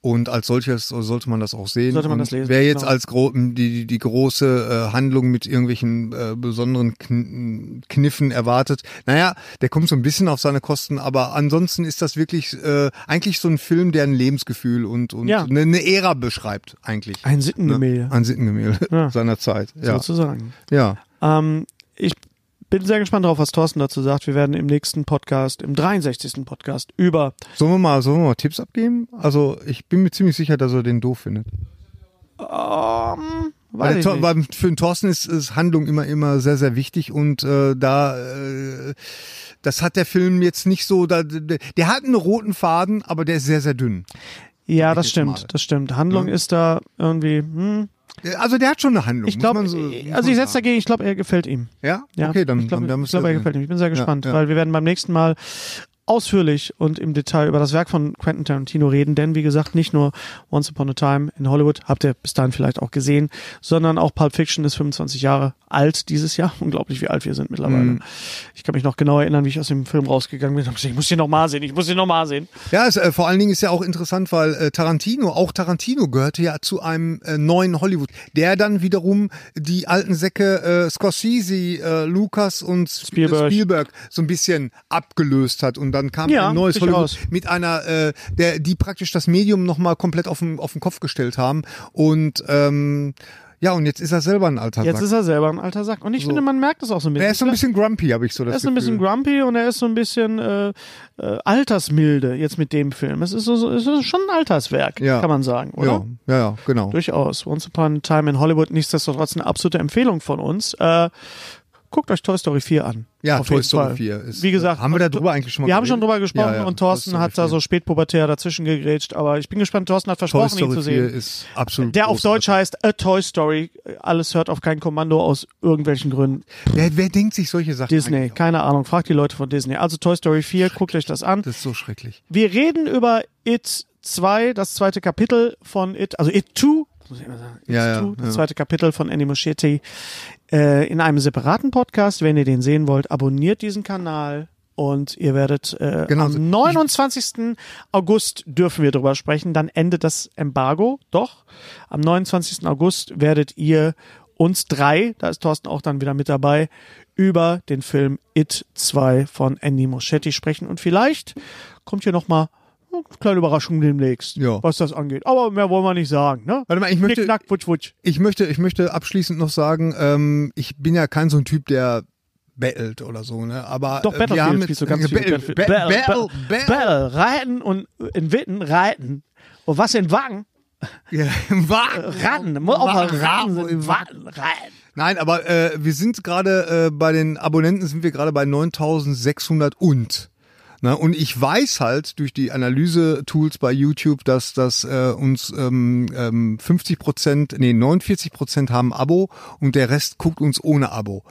Und als solches so sollte man das auch sehen.
Sollte man
Und
das lesen,
Wer jetzt
genau.
als gro die, die, die große äh, Handlung mit irgendwelchen äh, besonderen Kn Kniffen erwartet, naja, der kommt so ein bisschen auf seine Kosten. Aber ansonsten ist das wirklich äh, eigentlich so ein Film, der ein Lebensgefühl und, und
Ja.
eine, eine Ära beschreibt eigentlich.
Ein Sittengemälde,
Ein Sittengemälde
Ja.
seiner Zeit. Ja.
sozusagen.
ja.
Ähm, ich bin sehr gespannt darauf, was Thorsten dazu sagt. Wir werden im nächsten Podcast, im 63. Podcast über
Sollen wir mal, sollen wir mal Tipps abgeben? Also ich bin mir ziemlich sicher, dass er den doof findet.
ähm,
Weil,
weiß
der
ich
Tor-
nicht.
weil für den Thorsten ist, ist Handlung immer, immer sehr, sehr wichtig und äh, da, äh, das hat der Film jetzt nicht so, da, der, der hat einen roten Faden, aber der ist sehr, sehr dünn.
ja, das
jetzt
stimmt,
mal.
das stimmt. Handlung ist da irgendwie, hm.
Also der hat schon eine Handlung.
Ich glaube,
muss man so- muss
also
man
ich setze
sagen.
dagegen, ich glaube, er gefällt ihm.
Ja?
Ja,
okay, dann,
ich glaube,
dann, dann
ich glaube, er gefällt ihm. Ich bin sehr gespannt,
ja.
weil wir werden beim nächsten Mal ausführlich und im Detail über das Werk von Quentin Tarantino reden, denn wie gesagt, nicht nur Once Upon a Time in Hollywood, habt ihr bis dahin vielleicht auch gesehen, sondern auch Pulp Fiction ist 25 Jahre alt dieses Jahr. Unglaublich, wie alt wir sind mittlerweile.
Mhm.
Ich kann mich noch genau erinnern, wie ich aus dem Film rausgegangen bin. Ich hab gesagt, Ich muss ihn noch mal sehen, ich muss ihn noch mal sehen.
Ja, es, äh, vor allen Dingen ist ja auch interessant, weil äh, Tarantino, auch Tarantino gehörte ja zu einem äh, neuen Hollywood, der dann wiederum die alten Säcke äh, Scorsese, äh, Lucas und Sp-
Spielberg.
Spielberg so ein bisschen abgelöst hat und dann kam
Ja,
ein neues
durchaus.
Hollywood mit einer, äh, der, die praktisch das Medium nochmal komplett auf den, auf den Kopf gestellt haben und ähm, ja, und jetzt ist er selber ein alter
Jetzt
Sack.
ist er selber ein alter Sack. Und ich finde, man merkt das auch so ein bisschen.
Er ist so ein bisschen grumpy, habe ich so das
Er ist ein bisschen
Gefühl.
grumpy und er ist so ein bisschen äh, äh, altersmilde jetzt mit dem Film. Es ist, so- so, es ist schon ein Alterswerk,
Ja.
kann man sagen, oder?
Ja, ja, ja, genau.
Durchaus. Once Upon a Time in Hollywood, nichtsdestotrotz eine absolute Empfehlung von uns. Äh, guckt euch Toy Story 4 an.
Ja,
Auf
Toy
jeden
Story
Fall.
4 ist-
Wie gesagt,
haben wir da drüber eigentlich schon mal
Wir haben schon
geredet?
drüber gesprochen
Ja, ja,
und
Toy
Thorsten hat
Story
da so spätpubertär dazwischen gegrätscht, aber ich bin gespannt, Thorsten hat
Toy
versprochen, ihn
Story 4
zu sehen.
ist absolut
der auf
großartig.
Deutsch heißt A Toy Story. Alles hört auf kein Kommando aus irgendwelchen Gründen.
Wer, wer denkt sich solche Sachen?
Disney,
eigentlich aus?
keine Ahnung, fragt die Leute von Disney. Also Toy Story 4, guckt euch das an.
Das ist so schrecklich.
Wir reden über It 2, das zweite Kapitel von It, also It 2, muss ich immer sagen, It
Ja, ja,
2, das
ja.
zweite Kapitel von Annie Muschietti, äh, in einem separaten Podcast. Wenn ihr den sehen wollt, abonniert diesen Kanal. Und ihr werdet äh,
Genau so.
am 29. August dürfen wir drüber sprechen. Dann endet das Embargo. Doch, am 29. August werdet ihr uns drei, da ist Thorsten auch dann wieder mit dabei, über den Film It 2 von Andy Moschetti sprechen. Und vielleicht kommt hier nochmal eine kleine Überraschung demnächst,
Ja.
was das angeht. Aber mehr wollen wir nicht sagen. Ne?
Warte mal, ich möchte-
Knick, knack, wutsch, wutsch.
Ich möchte, ich möchte abschließend noch sagen, ähm, ich bin ja kein so ein Typ, der bettelt oder so, ne? Aber
Doch,
äh,
Battlefield
wir haben
spielst du
jetzt-
ganz viel.
Battle-
Battlefield.
Ba-
Battle,
Battle-
Battle,
Battle-
Battle, reiten und in Witten reiten. Und was in Wagen?
Ja, im Wagen.
Ratten. Muss auch mal
Wagen,
Ratten
wo
sind.
im
Im
Wagen.
Wagen reiten.
Nein, aber äh, wir sind gerade äh, bei den Abonnenten sind wir gerade bei 9600 und. Ne? Und ich weiß halt durch die Analyse-Tools bei YouTube, dass das äh, uns ähm, ähm, 50 Prozent, nee 49 Prozent haben Abo und der Rest guckt uns ohne Abo.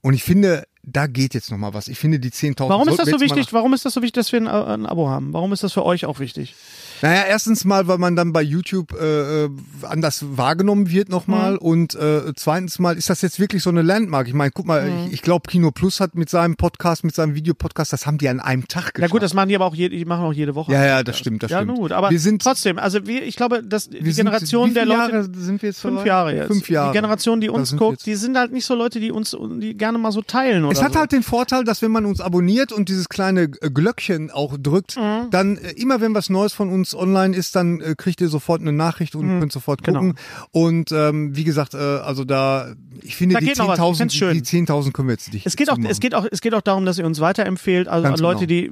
Und ich finde, da geht jetzt noch mal was. Ich finde die 10.000.
Warum ist
sollten
das so
wir jetzt mal
wichtig? Warum ist das so wichtig, dass wir ein, äh, ein Abo haben? Warum ist das für euch auch wichtig?
Naja, erstens mal, weil man dann bei YouTube äh, äh, anders wahrgenommen wird nochmal
Mhm.
und äh, zweitens mal ist das jetzt wirklich so eine Landmark. Ich meine, guck mal,
Mhm.
ich, ich glaube, Kino Plus hat mit seinem Podcast, mit seinem Videopodcast, das haben die an einem Tag
Na
geschafft.
gut, das machen die aber auch jede, die machen auch jede Woche.
ja, ja, das stimmt, das
ja,
stimmt.
gut, aber
wir sind,
trotzdem, also wir, ich glaube, dass die
wir sind-
Generation
wie
der
viele
Leute.
Jahre sind wir jetzt
Fünf
dabei?
Jahre jetzt.
Fünf Jahre.
Die Generation, die
Da
uns
sind wir
guckt,
jetzt.
die sind halt nicht so Leute, die uns die gerne mal so teilen. Oder
Es hat
so.
halt den Vorteil,
Mhm.
dass wenn man uns abonniert und dieses kleine äh, Glöckchen auch drückt, dann äh, immer wenn was Neues von uns Netz online ist, dann äh, kriegt ihr sofort eine Nachricht
Mhm.
und könnt sofort
Genau.
gucken. Und ähm, wie gesagt, äh, also da, ich finde
Da
die
geht noch was. Ich
10.000,
find's schön.
die 10.000 können wir jetzt nicht
Es geht, auch,
zumachen.
es, geht auch, es geht auch darum, dass ihr uns weiterempfehlt. Also
Ganz genau.
an Leute, die,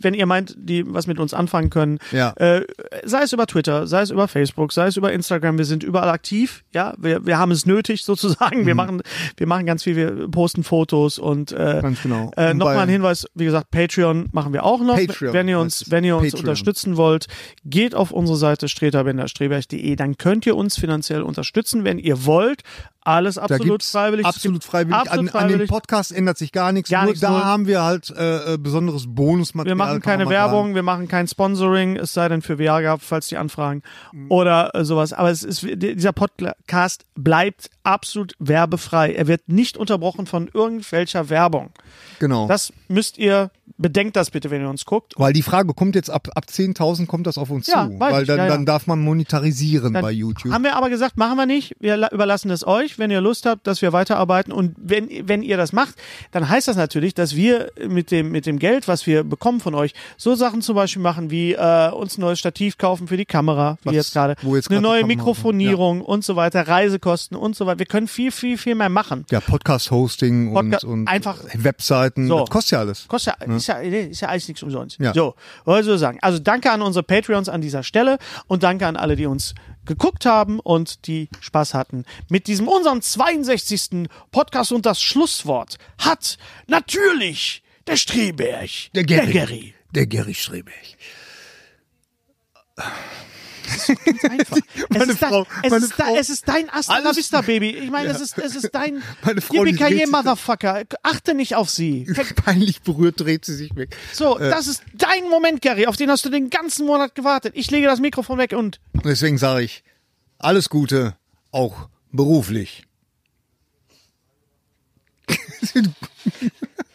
wenn ihr meint, die was mit uns anfangen können.
Ja.
Äh, sei es über Twitter, sei es über Facebook, sei es über Instagram. Wir sind überall aktiv. Ja, wir, wir haben es nötig sozusagen.
Mhm.
Wir, machen, wir machen ganz viel. Wir posten Fotos und äh,
Ganz genau.
äh,
Und
nochmal
bei-
ein Hinweis. Wie gesagt, Patreon machen wir auch noch.
Patreon,
wenn ihr
das
uns, wenn ihr uns
Patreon.
unterstützen wollt, geht auf unsere Seite streterbender-streberch.de. Dann könnt ihr uns finanziell unterstützen, wenn ihr wollt. Alles absolut
gibt's
freiwillig. Es
Absolut
gibt
freiwillig.
absolut
an, an dem
freiwillig.
Podcast ändert sich gar nichts.
Gar
Nur
nichts,
da
null.
haben wir halt äh, äh, besonderes
Wir
Bonusmaterial.
machen
kann man
keine
mal sagen.
Werbung, wir machen kein Sponsoring, es sei denn für Viagra, falls die anfragen
Mhm.
oder äh, sowas. Aber es ist, dieser Podcast bleibt absolut werbefrei. Er wird nicht unterbrochen von irgendwelcher Werbung.
Genau.
Das müsst ihr, bedenkt das bitte, wenn ihr uns guckt.
weil die Frage kommt jetzt ab, ab 10.000 kommt das auf uns
Ja,
zu.
weiß
Weil
ich,
dann,
ja, ja.
dann darf man monetarisieren
Dann
bei YouTube.
Haben wir aber gesagt, machen wir nicht. Wir la- überlassen es euch, wenn ihr Lust habt, dass wir weiterarbeiten. Und wenn, wenn ihr das macht, dann heißt das natürlich, dass wir mit dem, mit dem Geld, was wir bekommen von euch, so Sachen zum Beispiel machen, wie äh, uns ein neues Stativ kaufen für die Kamera, wie
Was-
jetzt gerade,
wo jetzt
eine
gerade die
neue
Kamera-
Mikrofonierung und so weiter, Reisekosten und so weiter. Wir können viel, viel, viel mehr machen.
Ja, Podcast-Hosting und,
Podca-
und
einfach-
Webseiten.
So.
Das kostet ja alles. Ne?
Kostet ja, Ist, ja, ist ja alles nichts umsonst.
Ja.
So, wollte ich so sagen. Also danke an unsere Patreons an dieser Stelle und danke an alle, die uns geguckt haben und die Spaß hatten. Mit diesem unserem 62. Podcast und das Schlusswort hat natürlich der Streberg,
Gerry.
der Gerry.
Der Gerry Strebech.
Einfach. Es
Meine
ist dein-
Frau-
es
meine
ist de-
Frau-
Es ist dein Asta La
Alles-
Vista, Baby. Ich meine, es, ist, es ist dein
Meine Frau, die dreht
Yippie
sich-
Motherfucker. Achte nicht auf sie.
Peinlich berührt dreht sie sich weg.
So, das ist dein Moment, Gary. Auf den hast du den ganzen Monat gewartet. Ich lege das Mikrofon weg und
Und deswegen sage ich, alles Gute, auch beruflich.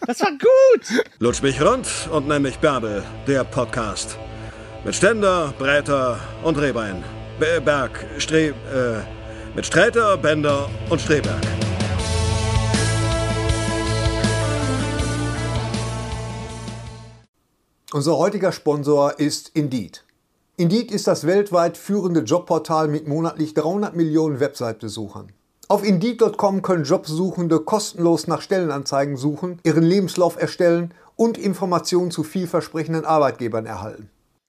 das war gut.
Lutsch mich rund und nenn mich Bärbel, der Podcast. Mit Ständer, Breiter und Rehbein. Be- Berg, Stre... Äh, mit Streiter, Bender und Streberg.
Unser heutiger Sponsor ist Indeed. Indeed ist das weltweit führende Jobportal mit monatlich 300 Millionen Website-Besuchern. Auf Indeed.com können Jobsuchende kostenlos nach Stellenanzeigen suchen, ihren Lebenslauf erstellen und Informationen zu vielversprechenden Arbeitgebern erhalten.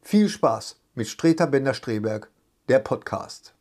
viel Spaß mit Streter Bender-Streberg, der Podcast.